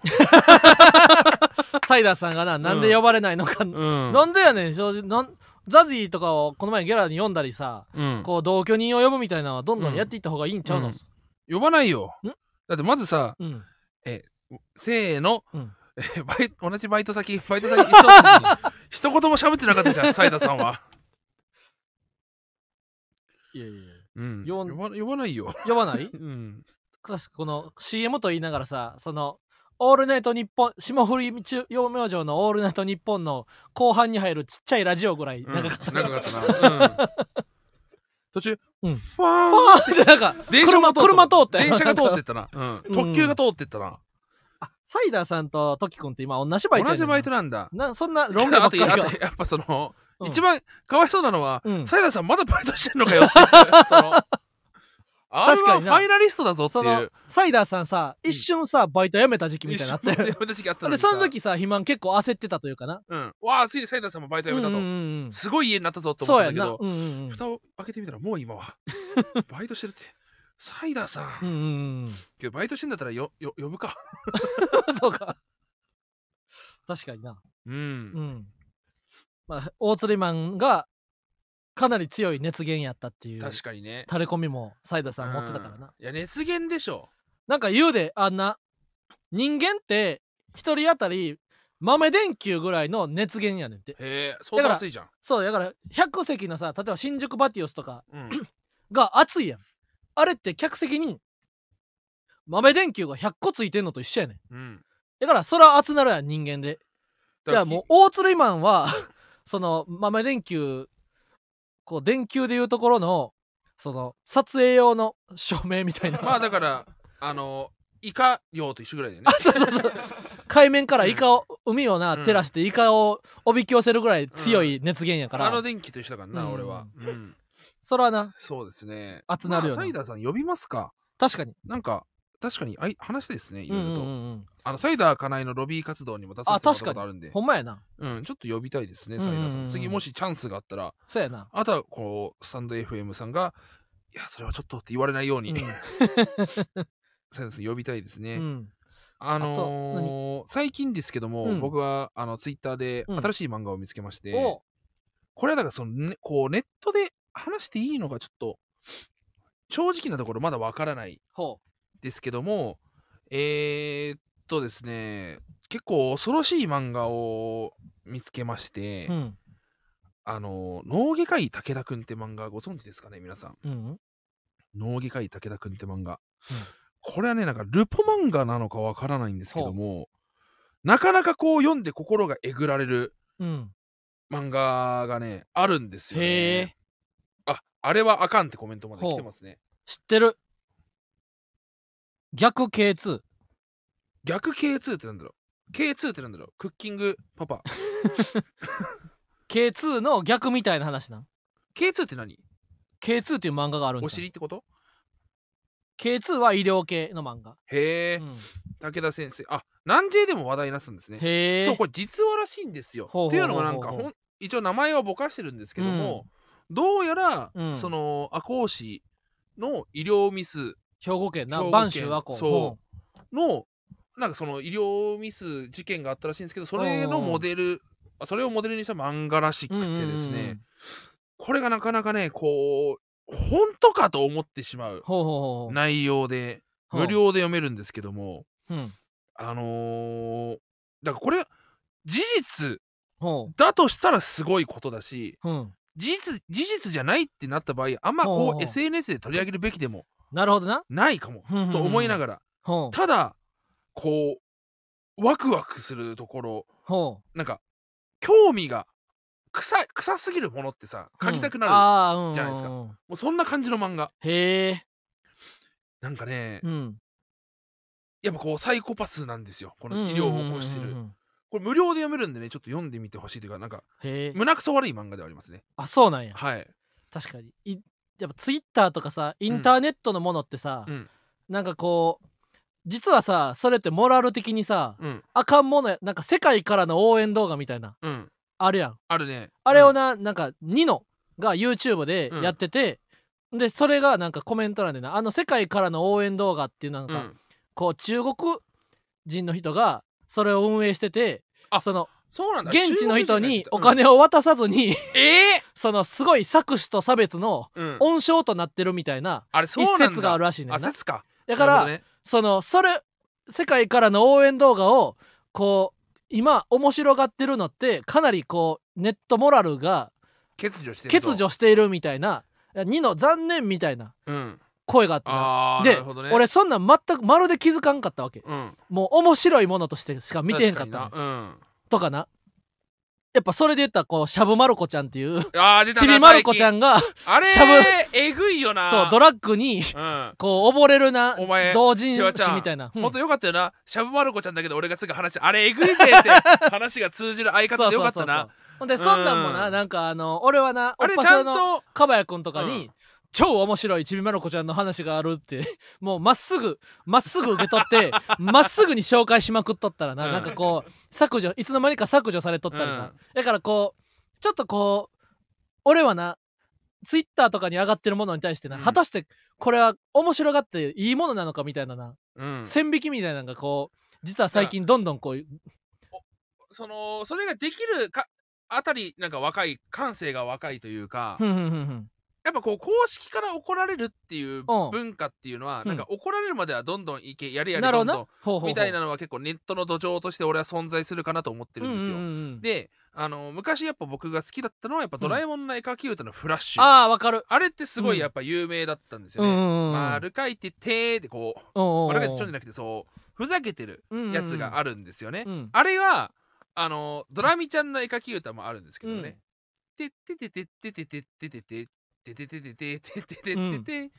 サイダーさんがななんで呼ばれないのか、うんなんでやねん正直なんザジーとかをこの前ゲラに読んだりさうん、こう同居人を呼ぶみたいなのはどんどうんんやっていった方がいいんちゃうの、ん呼ばないよんだってまずさうんせーの、うんえーバイ同じバイト先バイト先一緒の 時に一言も喋ってなかったじゃん斉田さんは、いやいやいやうん、よ呼んば呼ばないよ、呼ばないうん、詳しくこの CM と言いながらさその「オールナイトニッポン」霜降り中陽明星の「オールナイトニッポン」の後半に入るちっちゃいラジオぐらいうんなんか、長かったな、うん、 途中、うんファーンパーってなんか電車も通車通ったよ電車が通ってったな、うん、 うん特急が通ってったな、あサイダーさんとトキ君って今同じバイトや同ねんなじバイトなんだなそんな論あ外とばあっかとりがやっぱその、うん一番かわいそうなのはうん斉田さんまだバイトしてんのかよっていう そのあれ確かはにフなァイナリストだぞってそいのうサイダーさんさ一瞬さバイト辞めた時期みたいになって一瞬で私がやったでにさその時さ肥満結構焦ってたというかなうん、わあついに斉田さんもバイト辞めたと、うんうんうんすごい家になったぞとそ思うったやんだんけなどうんうんうん蓋を開けてみたらもう今 はバイトしてるってサイダーさうん、んうんけどバイトしてんだったらよよ呼ぶかうんそうか確かになうん、うんまあ大釣りマンがかなり強い熱源やったっていう確かにね垂れ込みもサイダーさん持ってたからな、うんいや熱源でしょなんか言うであんな人間って一人当たり豆電球ぐらいの熱源やねんってへえそんだかなら熱いじゃん、そうだから100席のさ例えば新宿バティオスとかうん、 が熱いやんあれって客席に豆電球が100個ついてんのと一緒やねんうんだからそら熱なるやん人間でいだからやもう大鶴マンは その豆電球こう電球でいうところのその撮影用の照明みたいな、まあだからあのイカ漁と一緒ぐらいだよね あそうそうそう海面からイカを、海をなうん照らしてイカをおびき寄せるぐらい強い熱源やから、あの電気と一緒だからな、うん俺は、うん、それはなそうですね熱なるよなまあ、サイダーさん呼びますか確かになんか確かにあい話したいですねいうんろういろんと、うんうんあのサイダーかなえのロビー活動にも出させてもらったことあるんでほんまやなうん、ちょっと呼びたいですね、うんサうんイうんダーさん。次、もしチャンスがあったら、そうやなあとは、こう、スタンド FM さんが、いや、それはちょっとって言われないように、 うん サイダーさん呼びたいですね。うんあのー最近ですけども、うん僕は、あの、ツイッターでうん新しい漫画を見つけまして、おこれはだから、その、ね、こう、ネットで話していいのがちょっと、正直なところまだわからないほですけども、えー、っとですね、結構恐ろしい漫画を見つけまして、ううんあの、脳外科医武田くんって漫画ご存知ですかね、皆さん。うん脳外科医武田くんって漫画。うんこれはね、なんかルポ漫画なのかわからないんですけども、なかなかこう読んで心がえぐられるうん漫画がね、あるんですよ、へえね。あ、あれはあかんってコメントまで来てますね。知ってる逆 K2 逆 K2 ってなんだろう ?K2 ってなんだろうクッキングパパ。 K2 の逆みたいな話なん K2 って何 K2 っていう漫画があるんだお尻ってこと K2 は医療系の漫画、へえ、うん武田先生。あ、南 J でも話題になすんですね。へえそうこれ実話らしいんですよ。ほうってほういほううのほうもなんかほん一応名前はぼかしてるんですけども、どうやら、うんその赤穂市の医療ミス兵庫県な兵庫県播州和光そのなんかその医療ミス事件があったらしいんですけどそれのモデルあそれをモデルにした漫画らしくんてですね、うんうんうんこれがなかなかねこう本当かと思ってしまうほうほうほう内容でほう無料で読めるんですけども、うんあのーだからこれ事実ほだとしたらすごいことだしう。うん。事実事実じゃないってなった場合あんまほうこほうう SNS で取り上げるべきでもなるほどな。ないかもふんふんふんと思いながらほう。ただこうワクワクするところほう。なんか興味が臭い臭すぎるものってさ書きたくなる、あーうんじゃないですかうんうんうんもうそんな感じの漫画へえ。なんかね、うん。やっぱこうサイコパスなんですよこうんの医療を起こしてうんうんうるんうんこれ無料で読めるんでねちょっと読んでみてほしいというかなんかへえ。胸くそ悪い漫画ではありますねあ、そうなんや。はい確かに。いやっぱツイッターとかさ、インターネットのものってさ、うんなんかこう、実はさ、それってモラル的にさ、うんあかんものや、なんか世界からの応援動画みたいな、うんあるやん。あるねあれをな、な、なんかニノが YouTube でやってて、でそれがなんかコメント欄でなあの世界からの応援動画っていうなんうか、んこう中国人の人がそれを運営しててあそのそうなんだ現地の人におを、金を渡さずに、 うんえそのすごい搾取と差別のーうん、温床となってるみたいなあれそう一なんだ説があるらしいねあんな説かだかなるら、ほどねそのそれ世界からの応援動画をこう今面白がってるのってかなりこうネットモラルが欠如してる欠と如しているみたいな2の残念みたいなうん声があってなあーでなるほどね俺そんなん全くまるで気づかんかったわけうんもう面白いものとしてしか見てへんかったの確になうんとかなやっぱそれで言ったらこうしゃぶまる子ちゃんっていうあー出たちなびまる子ちゃんんがあれしゃぶえぐいよ なそうドラッグにうんこう溺れるなお前同人ひわちゃ誌んみたいな、うんほんとよかったよな。シャブマルコちゃんだけど俺が次話、あれえぐいぜ って話が通じる相方でよかったな。ほんでそんなんもな、うんなんかあの俺はなおあっれぱちしゃょんのと、かばやくんとかに、うん超面白いちびまる子ちゃんの話があるって もうまっすぐまっすぐ受け取って まっすぐに紹介しまくっとったらな、うんなんかこう削除いつの間にか削除されとったりな、うんだからこうちょっとこう俺はなツイッターとかに上がってるものに対してな、うん果たしてこれは面白がっていいものなのかみたいなな、うん、線引きみたいなのがこう実は最近どんどんこうその、それができるか、あたり、なんか若い、感性が若いというかふ、んふんふんふんやっぱこう、公式から怒られるっていううん文化っていうのは、うんなんか怒られるまではどんどんいけ、やれやれなるほどどんなどん、ほうほうほうみたいなのは結構ネットの土壌として俺は存在するかなと思ってるんですうよ。んうんうんで、あの、昔やっぱ僕が好きだったのは、やっぱドラえもんの絵描き歌のフラッシュ。ああわかるあれってすごいやっぱ有名だったんですよね。丸書いててーでこう丸書いてちょんじゃなくてそうふざけてるやつがあるんですよね。うんあれはあのドラミちゃんの絵描き歌もあるんですけどね。てってててててててててててててててててててて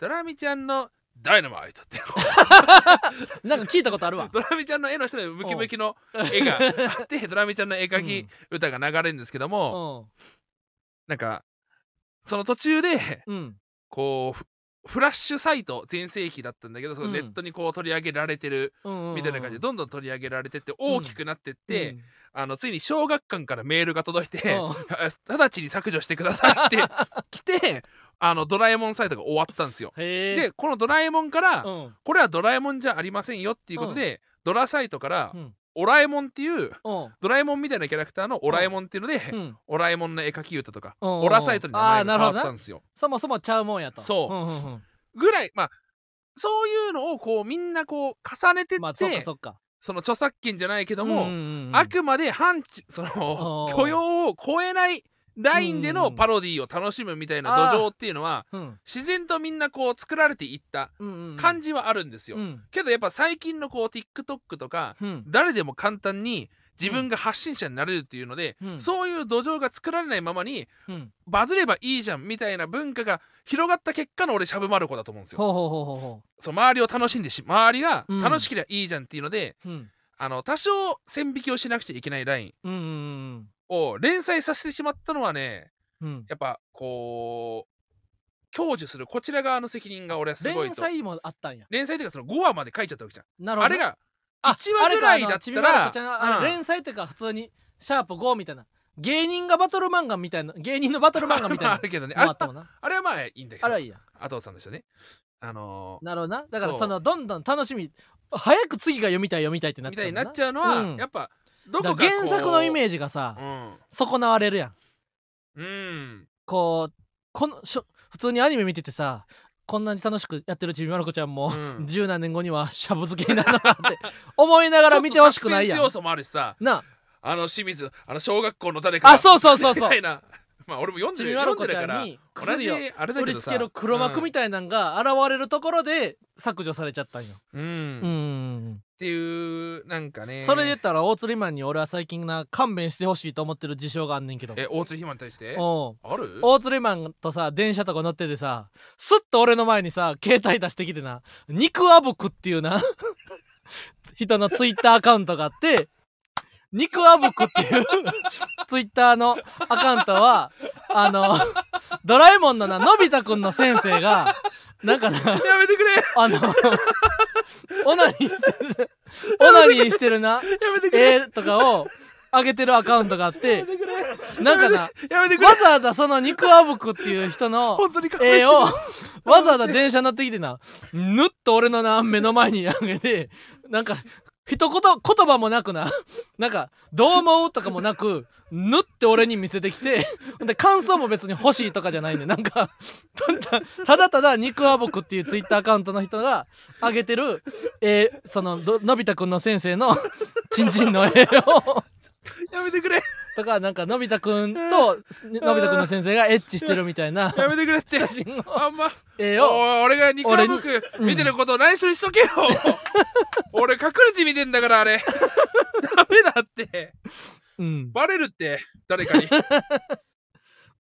ドラミちゃんのダイナマイトってなんか聞いたことあるわ。ドラミちゃんの絵の下にムキムキの 絵があってドラミちゃんの絵描き歌が流れるんですけどうもん。なんかその途中でうん。こうフフラッシュサイト全盛期だったんだけどそのうんネットにこう取り上げられてるうん。みたいな感じでどんどん取り上げられてって大きくなってっうん、て、あのついに小学館からメールが届いてうん直ちに削除してください って来てあのドラえもんサイトが終わったんですよ。へえ。でこのドラえもんから、うん、これはドラえもんじゃありませんよっていうことで、ドラサイトから、うんオラえもんっていううん。ドラえもんみたいなキャラクターのオラえもんっていうので、うん。オラえもんの絵描き歌とか、うんオラサイトに名前が変わったんですよ。そもそもちゃうもんやと。そうんうんうん。ぐらいまあそういうのをこうみんなこう重ねてって、まあ、そっかそっか。その著作権じゃないけども、うんうんうんあくまで範疇 そのおー許容を超えないラインでうんうのんうんパロディを楽しむみたいあなー土壌っていうのはうん。自然とみんなこう作られていったうんうんうん。感じはあるんですよ。うん。けどやっぱ最近のこう TikTok とかうん。誰でも簡単に自分が発信者になれるっていうので、うんそういう土壌が作られないままにうん。バズればいいじゃんみたいな文化が広がった結果の俺しゃぶまる子だと思うんですよ。ほうほうほうほうほそう周りを楽しんでし周りがうん楽しければいいじゃんっていうので、う。うん。あの多少線引きをしなくちゃいけないラインうんうんうんを連載させてしまったのはねうん。うん。やっぱこう享受するこちら側の責任が俺はすごい連と載もあったんや。連載というかその5話まで書いちゃったわけじゃんなるあほど。れがあ、 1話ぐらいあれだかあっのちびたまるら子ちゃんがあのうん連載というか普通にシャープ5みたいな。芸人がバトル漫画みたいな。芸人のバトル漫画みたい あなる。けどねもあうれあったもんな。あれはまあいいんだけどあれはいいや。阿藤さんでしたねあのなるほどなだからそうそのどんどん楽しみ早く次が読みたい読みたいってなっーみてたいになっちゃゃうのは、うんやっぱどこかこう原作のイメージがさうん損なわれるやんうんこうこのしょ普通にアニメ見ててさこんなに楽しくやってるちびまる子ちゃんも、うん十何年後には しゃぶ漬けになるなって思いながら見てほしくないやちょっんとサスペンス要素もあるしさなあの清水あの小学校の誰かああそうそうそうみ そうたいなまあ俺も読んでちるびまる子読んでちるかゃらんに同じ薬をあれだ売けりどつさける黒幕みたいなんが現れるところで削除されちゃったんよ、うん、うんうっんていうなんかねそれで言ったら大釣りマンに俺は最近な勘弁してほしいと思ってる事象があんねんけどえ大津ひまに対しておある大釣りマンとさ電車とか乗っててさスッと俺の前にさ携帯出してきてな肉あぶくっていうな 人のツイッターアカウントがあって肉あぶくっていう ツイッターのアカウントはあのドラえもんのなのび太くんの先生がなんかなやめてくれあのオナニーしてるオナニーしてるなやめてくれ、絵とかを上げてるアカウントがあってやめてくれなんかなやめてくれわざわざその肉あぶくっていう人の本当に勘弁して絵をわざわざ電車乗ってきてなぬっと俺のな目の前にあげてなんか一言言葉もなくななんか「どう思う?」とかもなくぬって俺に見せてきてで感想も別に欲しいとかじゃないねなんかただただただ肉あぼくっていうツイッターアカウントの人が上げてる、えーそのどのび太くんの先生のちんちんの絵を。やめてくれとかなんかのび太くんとのび太くんの先生がエッチしてるみたいなやめてくれって写真を あんま絵をおい俺が肉俺甘にくうん見てることを内緒にしとけよ 俺隠れて見てんだからあれ ダメだってうんバレるって誰かに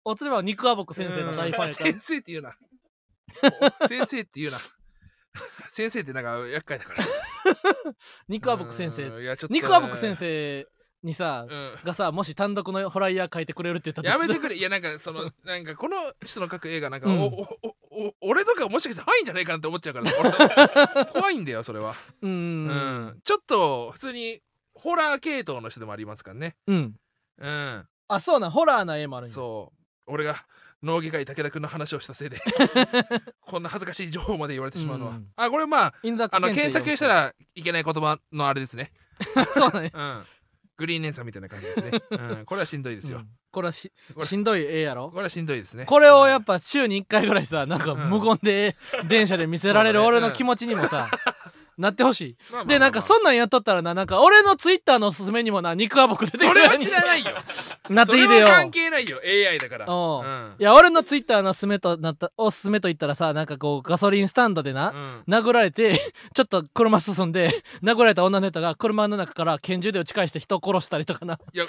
おつれば肉あぼく 先生の大ファンやから先生って 言うなお先生って言うな先生ってなんか厄介だから肉あぼく先生うんいやちょっと肉あぼく先生にさうんがさもし単独のフライヤー書いてくれるって言ったやとめしてくれいやなんかそのなんかこの人の描く映画なんか、うんおおおお俺とかもしかして範囲じゃないかなって思っちゃ うから俺怖いんだよそれは、ううんんちょっと普通にホラー系統の人でもありますからねうんうんあそうなんホラーな絵もあるんやそう俺が脳外科医武田君の話をしたせ いでこんな恥ずかしい情報まで言われてしまうのは、うんあこれまあ犬だけあの検索したらいけない言葉のあれですねそうだねうんグリーンレンさんみたいな感じです ね、うん、これはしんどいですよ、うんこれはしこれしんどい絵やろこれはしんどいですねこれをやぱっぱ週に1回ぐらいさなんかうん無言で電車で見せられるそうだね俺の気持ちにも さなってほしいまあまあまあまあでなんかそんなんやっとったらななんか俺のツイッターのおすすめにもな肉あぼく出てそくるれようはに知らないよ。 なってきてそれよは関係ないよ。AI だから。おううんいや俺のツイッターのおすすめとなったおすすめと言ったらさなんかこうガソリンスタンドでな、うん殴られて ちょっと車進んで殴られた女の人が車の中から拳銃で撃ち返して人を殺したりとかないや、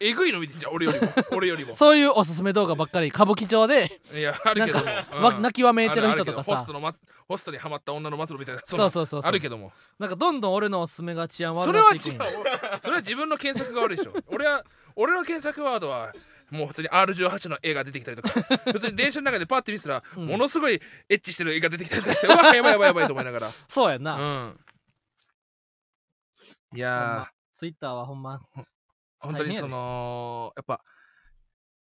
えぐいの見てんじゃん、俺よりも。俺よりも。そういうおすすめ動画ばっかり歌舞伎町でいや、あるけどもなんか。うんわ泣きわめいてる人とかさあるあるけどホストのま、ホストにハマった女の末路みたいな。そうそうそうそうあるけども。なんかどんどん俺のおすすめが治安悪そくれなっはて違いうくんよ。それは自分の検索が悪いでしょ。俺は、俺の検索ワードは、もう普通に R18 の絵が出てきたりとか、 普通に電車の中でパッて見せたら、うんものすごいエッチしてる絵が出てきたりとかして、うわ、やばいやばいやばいと思いな がら。そうやんな、うん。いほんやーま。ツイッターはほんま大本当に変やそねのやっぱ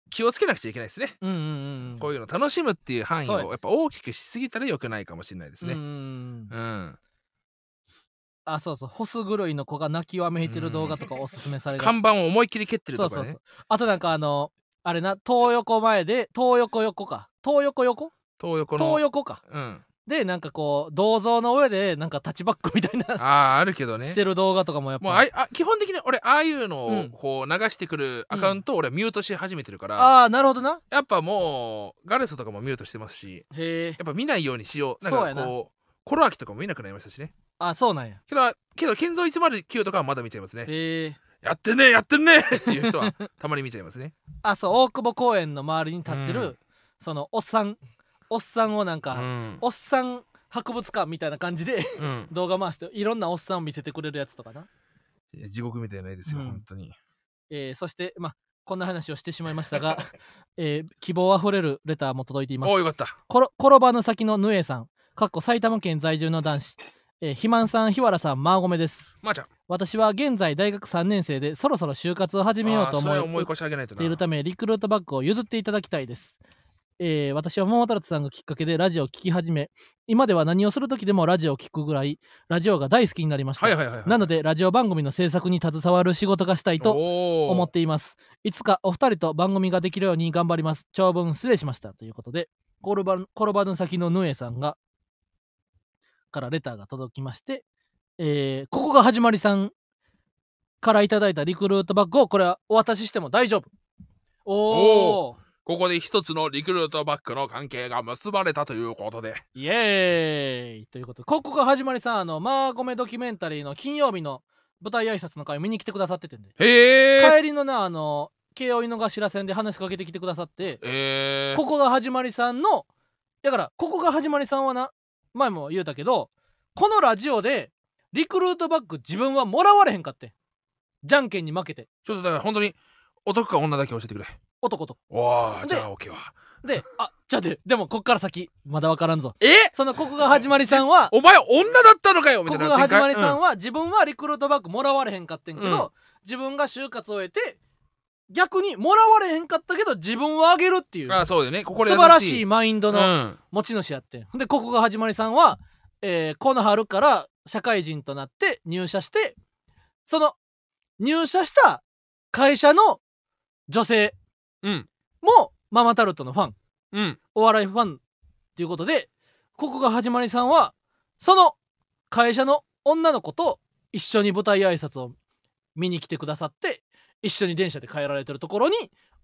気をつけなくちゃいけないですね、うんうんうんうんこういうの楽しむっていう範囲そうやねをやっぱ大きくしすぎたら良くないかもしれないですうんねうんうんうん、あそうそうホス黒いの子が泣きわめいてる動画とかおすすめされがち看板を思いっきり蹴ってるそとうかねそうそうあとなんかあのあれな東横前で東横横か東横横東横の東横かうんでなんかこう銅像の上でなんかタッチバックみたいあなああるけどねしてる動画とかもやっぱもうあいあ基本的に俺ああいうのうをんこう流してくるアカウントを俺はミュートし始めてるから、あーなるほどなやっぱもうガレソとかもミュートしてますしへえやっぱ見ないようにしようなんそうかやなこうコロアキとかも見なくなりましたしねあそうなんやけどけど建造109とかはまだ見ちゃいますねへえやってねえやってんね えっていう人はたまに見ちゃいますね。あそう大久保公園の周りに立ってる、うんそのおっさんおっさんをなんうか、んおっさん博物館みたいな感じで うん、動画回していろんなおっさんを見せてくれるやつとかないや地獄みたいな絵ですよ、うん本当に。えーそして、まあ、こんな話をしてしまいました が、えー希望あふれるレターも届いていますお。よかった。ころ転ばぬ先のぬえさん、かっこ埼玉県在住の男子、えー、肥満さん、日原さん、マーゴメです。まー、ちゃん、私は現在大学3年生で、そろそろ就活を始めようあとーそ思れいは思い越し上げないとっているな。ため、リクルートバッグを譲っていただきたいです。えー私は桃太郎さんがきっかけでラジオを聞き始め、今では何をする時でもラジオを聞くぐらい、ラジオが大好きになりました。はいはいはいはい。なので、ラジオ番組の制作に携わる仕事がしたいと思思っています。いつかお二人と番組ができるように頑張ります。長文失礼しました。ということで、転ば転ばぬ先のヌエさんがからレターが届きまして、えーここが始まりさんからいただいたリクルートバッグをこれはお渡ししても大丈夫おおここで一つのリクルートバックの関係が結ばれたということで。イエーイということでここが始まりさんあのマーゴメドキュメンタリーの金曜日の舞台挨拶の回見に来てくださっててんでへえ。帰りのなあの慶応井の頭線で話しかけてきてくださってえー、ここが始まりさんのだからここが始まりさんはな前も言うたけどこのラジオでリクルートバッグ自分はもらわれへんかってんじゃんけんに負けてちょっとだから本当に男か女だけ教えてくれ。男とおー、でじゃあ OK は。であじゃあででもこっから先まだわからんぞえそのここが始まりさんはお前女だったのかよみこたこいなが始まりさんは、は自分はリクルートバッグもらわれへんかってんけど、うん自分が就活を終えて逆にもらわれへんかったけど自分はあげるっていううんあ、そうだよね。ここ素で晴らしいマインドうのん。持ち主やってん、でここが始まりさんは、えーこの春から社会人となって入社してその入社した会社の女性うん。もママタルトのファンうん。お笑いファンっていうことでここが始まりさんはその会社の女の子と一緒に舞台挨拶を見に来てくださって一緒に電車で帰られてるところに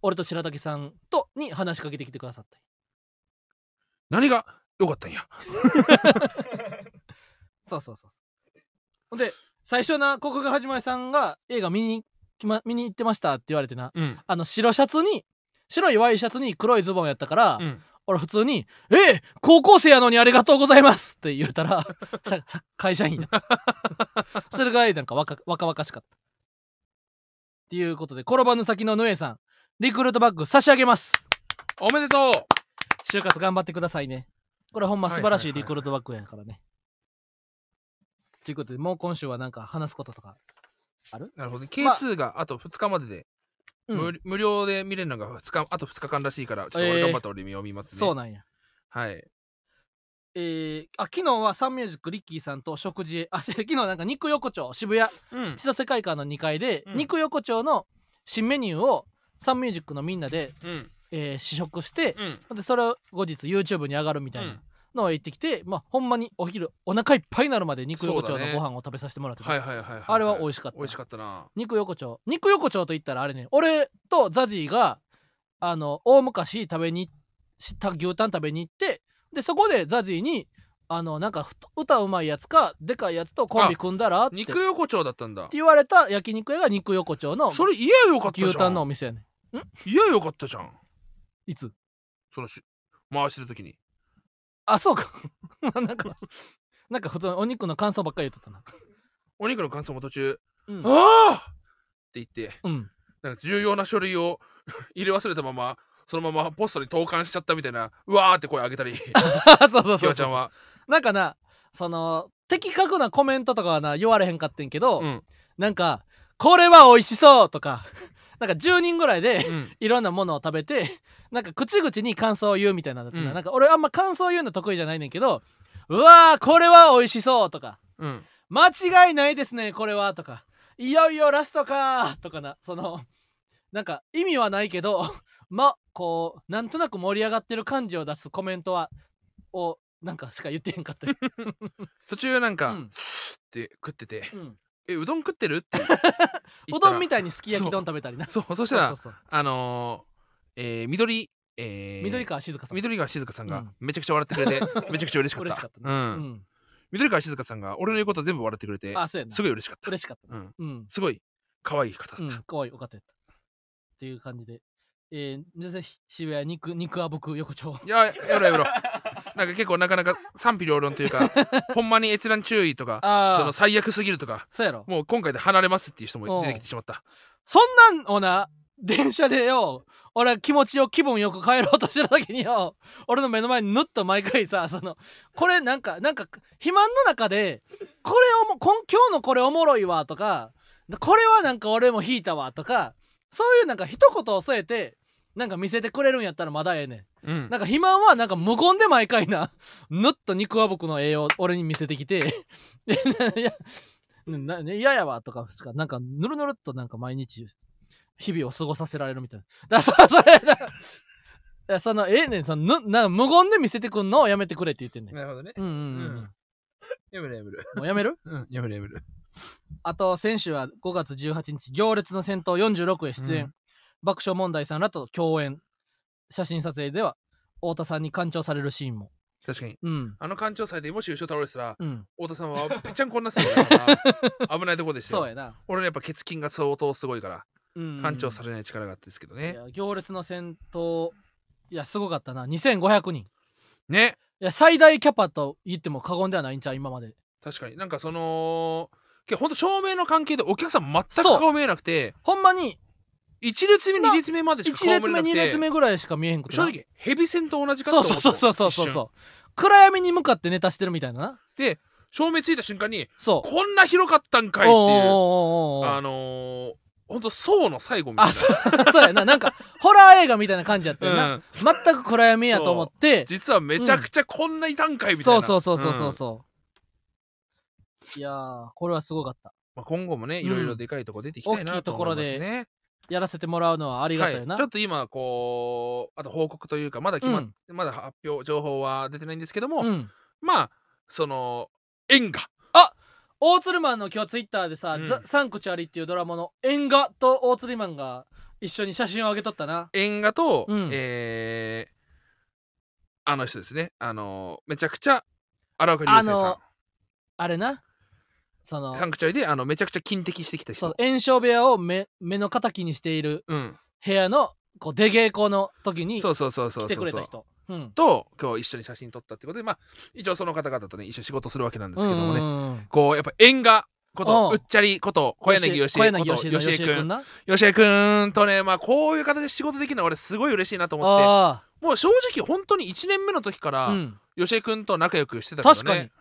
俺と白滝さんとに話しかけてきてくださった何が良かったんや。そうそうそうそうほんで最初なここが始まりさんが映画見に来ま見に行ってましたって言われてなうん。あの白シャツに白いワイシャツに黒いズボンやったから、うん。俺普通に「ええ高校生やのにありがとうございます」って言うたら 社社会社員や それぐらいなんか若若々しかったっていうことで転ばぬ先のヌエさんリクルートバッグ差し上げますおめでとう就活頑張ってくださいねこれほんま素晴らしいはいはリいはいはいクルートバッグやからねということでもう今週はなんか話すこととか、なるほどね。まあ K2 があと2日までで、うん無無料で見れるのが2日、あと2日間らしいから、ちょっとえー俺頑張って俺読みますね。そうなんやはい。えー、あ昨日はサンミュージックリッキーさんと食事へあせ昨日なんか肉横丁渋谷うん千。歳会館の2階で、うん肉横丁の新メニューをサンミュージックのみんなで、うん。えー試食して、うん。でそれを後日 YouTube に上がるみたいうなんのを言ってきて、まあ、ほんまにお昼お腹いっぱいになるまで肉横そ丁うのだねご飯を食べさせてもらってた、はいはいはいはい、あれは美味しかしかっった美味しかったな。肉横丁肉横丁と言ったらあれね俺とザジーがあの大昔食べにした牛タン食べに行ってでそこでザジーにあのなんかふと歌うまいやつかでかいやつとコンビ組んだらって肉横丁だったんだって。言われた焼肉屋が肉横丁のそれ嫌よかったじゃん。牛タンのお店やね嫌よかったじゃん。んいつそのし回してる時に。あそうか なんかなんか普通にお肉の感想ばっかり言っとったなお肉の感想も途中、うんああって言って、うんなんか重要な書類を 入れ忘れたまま、そのままポストに投函しちゃったみたいな、うわーって声上げたり、ひあ そうそうそうわちゃんは。なんかなその的確なコメントとかはな言われへんかってんけど、うん。なんか「これは美味しそう!」とか なんか10人ぐらいでうん。いろんなものを食べてなんか口々に感想を言うみたいなのだったな,、うんなんか俺あんま感想言うの得意じゃないねんけど「うわーこれは美味しそう!」とかうん。 「間違いないですねこれは」とか「いよいよラストかー」とかなそのなんか意味はないけど まこうなんとなく盛り上がってる感じを出すコメントはをなんかしか言ってへんかったり、途中なんか、うんって食ってて、うんえ、うどん食って るってうどんみたたいにすき焼き丼食べたりなそう、そしたら、そうそうそうあのー、えー、緑、えー、緑川静香さん緑川静香さんうがんめちゃくちゃ笑って くれて、めちゃくちゃ嬉しかった。嬉しかったう。うんん緑川静香さんが俺の言うこと全部笑ってくれて、あそうやなすごい嬉しかった。嬉しかったうん。うんすごい可愛い方だった。うん可愛いお方やったっていう感じでえー、皆さん渋谷肉肉あぶく横丁いや、やろやろ。なんか結構なかなか賛否両論とい うか、ほんまに閲覧注意とか、あそのあ最悪すぎるとか、そうやろもう今回で離れますっていう人も出てきてしまった。そんなんをな、電車でよ、俺は気持ちを気分よく帰ろうとしてる時によ、俺の目の前にぬっと毎回さ、その、これなんか、なんか、肥満の中で、これおも、こん今日のこれおもろいわとか、これはなんか俺も引いたわとか、そういうなんか一言を添えて、なんか見せてくれるんやったらまだええねうんん。なんか肥満はなんか無言で毎回な、 ぬっと肉は僕の栄養を俺に見せてき て、でいや、なね嫌やわとかしか、なんかぬるぬるっ となんか毎日、日々を過ごさせられるみたいな。だからそそれだ、いやそのええねんそのぬなんか無言で見せてくんのをやめてくれって言ってんねんなるほどね。うんうんううん、うんん。やめるやめる。もうやめるうん、やめるやめる。あと先週は5月18日行列の戦闘46へ出演、うん爆笑問題さんらと共演写真撮影では太田さんに干潮されるシーンも確かに。うんあの館長祭でもし優勝倒れてたら、うん太田さん はぺちゃんこになってたから、危ないとこでしたよ。そうやな、俺のやっぱ血筋が相当すごいから、うん、干潮されない力があってですけどいね。や行列の戦闘いやすごかったな2500人ね。いや最大キャパと言っても過言ではないんちゃう今まで確かに。なんかその、けどほんと照明の関係でお客さん全くそう顔見えなくて、ほんまに1列目、な2列目までしか1顔見えなく列て。目2列目ぐらいしか見えへんくてな正直ヘビ戦と同じかとそ思うったそうそうそうそう一瞬そう暗闇に向かってネタしてるみたいななで照明ついた瞬間にそうこんな広かったんかいっておーいうおーおーおーあのー、ほんと層の最後みたいあなそうそうや ななんかホラー映画みたいな感じやったよな、うん全く暗闇やと思って実はめちゃくちゃこんないたんかいみたいそな、うそうそうそうそうんそういやーこれはすごかったまあ、今後もねいろいろでかいとこ出てきたい大きないととこ思ろいますでね、やらせてもらうのはありがはたいい、よな、ちょっと今こうあと報告というかまだ決まっ、まだ発表情報は出てないんですけども、うんまあその縁が大鶴マンの今日ツイッターでさ「うんザサンクチュアリ」っていうドラマの縁画と大鶴マンが一緒に写真をあげとったな縁画と、うんえーあの人ですねあのめちゃくちゃ荒岡隆生さんあれなそのサンクチュアリであのめちゃくちゃ金的してきたそう人。炎症部屋を目目の敵にしているうん。部屋のこう出稽古の時にそうそうそうそうそう。来てくれた人うんと今日一緒に写真撮ったってことでまあ一応その方々とね一緒に仕事するわけなんでうすけどもね、んうんこうやっぱ縁がこうとんうっちゃりこと小柳よし小えこ柳とよよししえのよしええくくんんなよしえくんとねまあこういう形で仕事できるのは俺すごい嬉しいなと思っあてもう正直本当に1年目の時かあら、うんよしえくんと仲良くしてたけどね確かに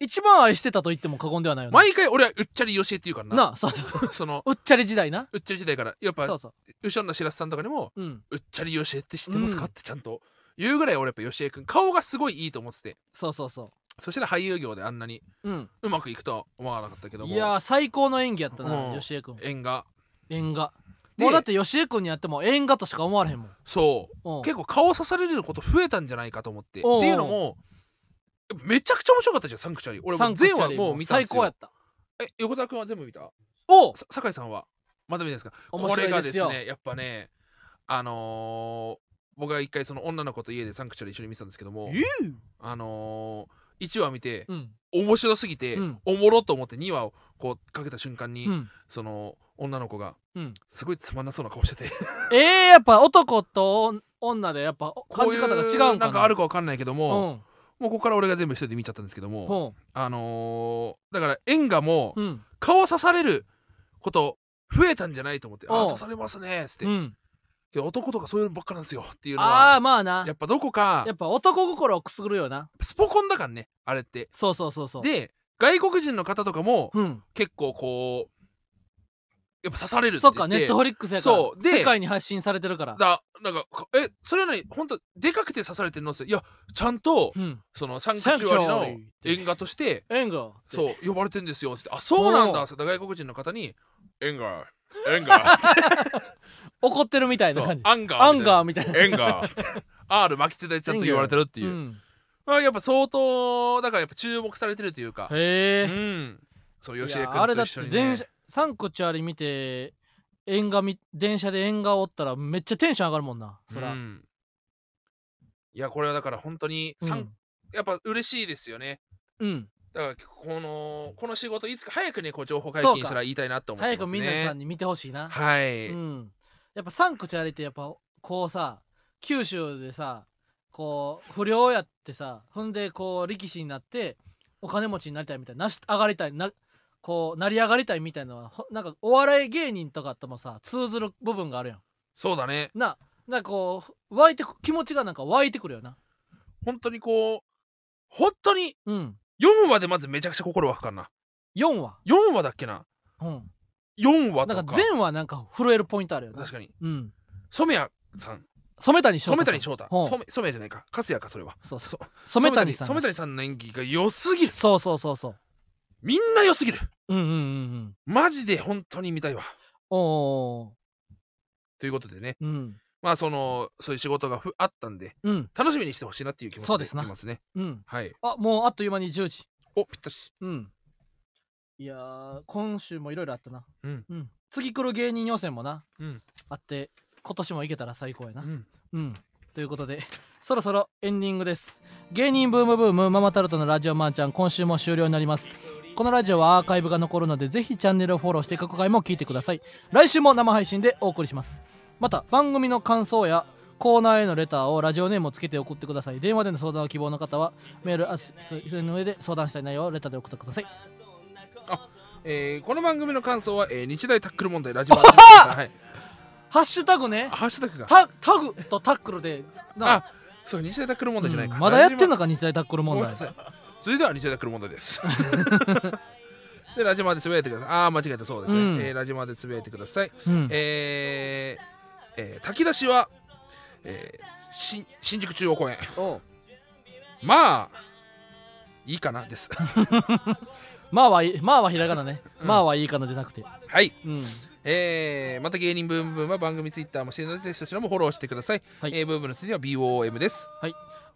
一番愛してたと言っても過言ではないよね毎回俺はうっちゃりよしえって言うからななあそうそうそう そのうっちゃり時代なうっちゃり時代からやっぱそうそう後ろの白洲さんとかにもうんうっちゃりよしえって知ってますか、うんってちゃんと言うぐらい俺やっぱよしえくん顔がすごいいいと思っててそうそうそそしたら俳優業であんなにううんうまくいくとは思わなかったけどもいやー最高の演技やったうなんよしえくん縁が縁画でもうだってよしえくんにやっても縁画としか思われへんもんそううん結構顔刺されること増えたんじゃないかと思ってっておうおういうのもめちゃくちゃ面白かったじゃんサンクチュアリ俺サもうンクチ全ュア話リもう見たん最です高やよったえ横田君は全部見たおうさ酒井さんはまだ見てないですか面こ白れいがでですすよねやっぱねあのー僕が一回その女の子と家でサンクチュアリ一緒に見てたんですけどもあのー、1話見てうん面白すぎて、うんおもろと思って2話をこうかけた瞬間に、うんその女の子が、うんすごいつまんなそうな顔しててええやっぱ男と女でやっぱこ感ういじう方が違うんかななんかあるかわかんないけどうも、んもうここから俺が全部一人で見ちゃったんですけどうも、んあのー、だから縁がもう、うん顔を刺されること増えたんじゃないと思って「うあんー刺されますね」っつって、うんけど男とかそういうのばっかなんですよっていうのあはあまあなやっぱどこかやっぱ男心をくすぐるよなスポコンだからねあれって。そうそうそうそうで外国人の方とかも、うん結構こうやっぱ刺されるってそ言っってかネットフリックスやからそうで世界に発信されてるからだなんかかえそれなに本当でかくて刺されてるのっていやちゃんとうんそのサンクチュアリの縁画として縁がそう呼ばれてんですよつってあそうなんおだつって外国人の方に縁画 縁画怒ってるみたいな感じアンガーアンガーみたいなー縁画 R 巻きつでちゃんと言われてるっていうう、んあやっぱ相当だからやっぱ注目されてるというかうへえんそうい吉江や君あれだっと一緒てに、ね電、車サンクチュアリ見て縁がみ電車で縁がおったらめっちゃテンション上がるもんなそら、うんいやこれはだから本当にうサン、んやっぱ嬉しいですよねうんだからこのこの仕事いつか早くねこう情報解そう禁かしたら言いたいなと思って早まくすみんなさんにね見てほしいな、はい、うん、やっぱサンクチュアリってやっぱこうさ九州でさこう不良やってさほんでこう力士になってお金持ちになりたいみたいななし上がりたいなこう成り上がりたいみたいなのはほなんかお笑い芸人とかともさ通ずる部分があるやんそうだねななんかこう湧いてく気持ちがなんか湧いてくるよな本当にこう本当にうん4話でまずめちゃくちゃ心湧くからな4話4話だっけなうん4話なとかんか全話なんか震えるポイントあるよな確かにうん染谷さん染谷翔染太さん谷翔太ほう染染谷じゃないか勝也かそれはそうそうそ染谷さん染谷さんの演技が良すぎるそうそうそうそうみんな良すぎるうんうんうんうんマジで本当に見たいわおーということでねうんまあそのそういう仕事がふあったんでうん楽しみにしてほしいなっていう気持ちそうですないますねうんはいあもうあっという間に10時おぴったしうんいやー今週もいろいろあったなうんうん次来る芸人予選もな、うんあって今年も行けたら最高やうな、んうん。ということで、そろそろエンディングです。芸人ブームブーム、ママタルトのラジオマンちゃん、今週も終了になります。このラジオはアーカイブが残るので、ぜひチャンネルをフォローして過去回も聞いてください。来週も生配信でお送りします。また、番組の感想やコーナーへのレターをラジオネームをつけて送ってください。電話での相談を希望の方は、メール、アスの上で相談したい内容をレターで送ってください。えーこの番組の感想は、えー日大タックル問題ラジオ番組はいハッシュタグね、ハッシュタグがタタグとタックルで、なあそう日大タックル問題じゃないか、うんまだやってんののか、日大タックル問ごめん題な。さい 続いては日大タックル問題ですでラジマでつぶやいてくださいああ間違えたそうですね、うんえーラジマでつぶやいてくださいうんえーえー炊き出しは、えー新新宿中央公園おうまあいいかなです まあはいい、まあはひらがなね。うんまあはいいかなじゃなくて。はい、うん。えーまた芸人ブームブームは番組ツイッターもしているのでぜひそちらもフォローしてください、はいえーブームの次は BOM です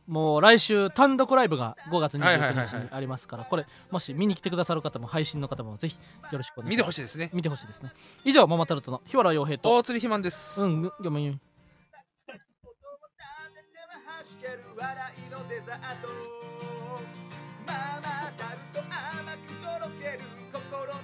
もう来週単独ライブが5月29日はいはいはいにありますから、これもし見に来てくださる方も配信の方もぜひよろしくお願い見てほしいですね見てほしいですね。以上ママタルトの日原洋平と。大鶴ひまんです、うん、よもよも弾ける笑いのデザートママタルト甘くとろける心の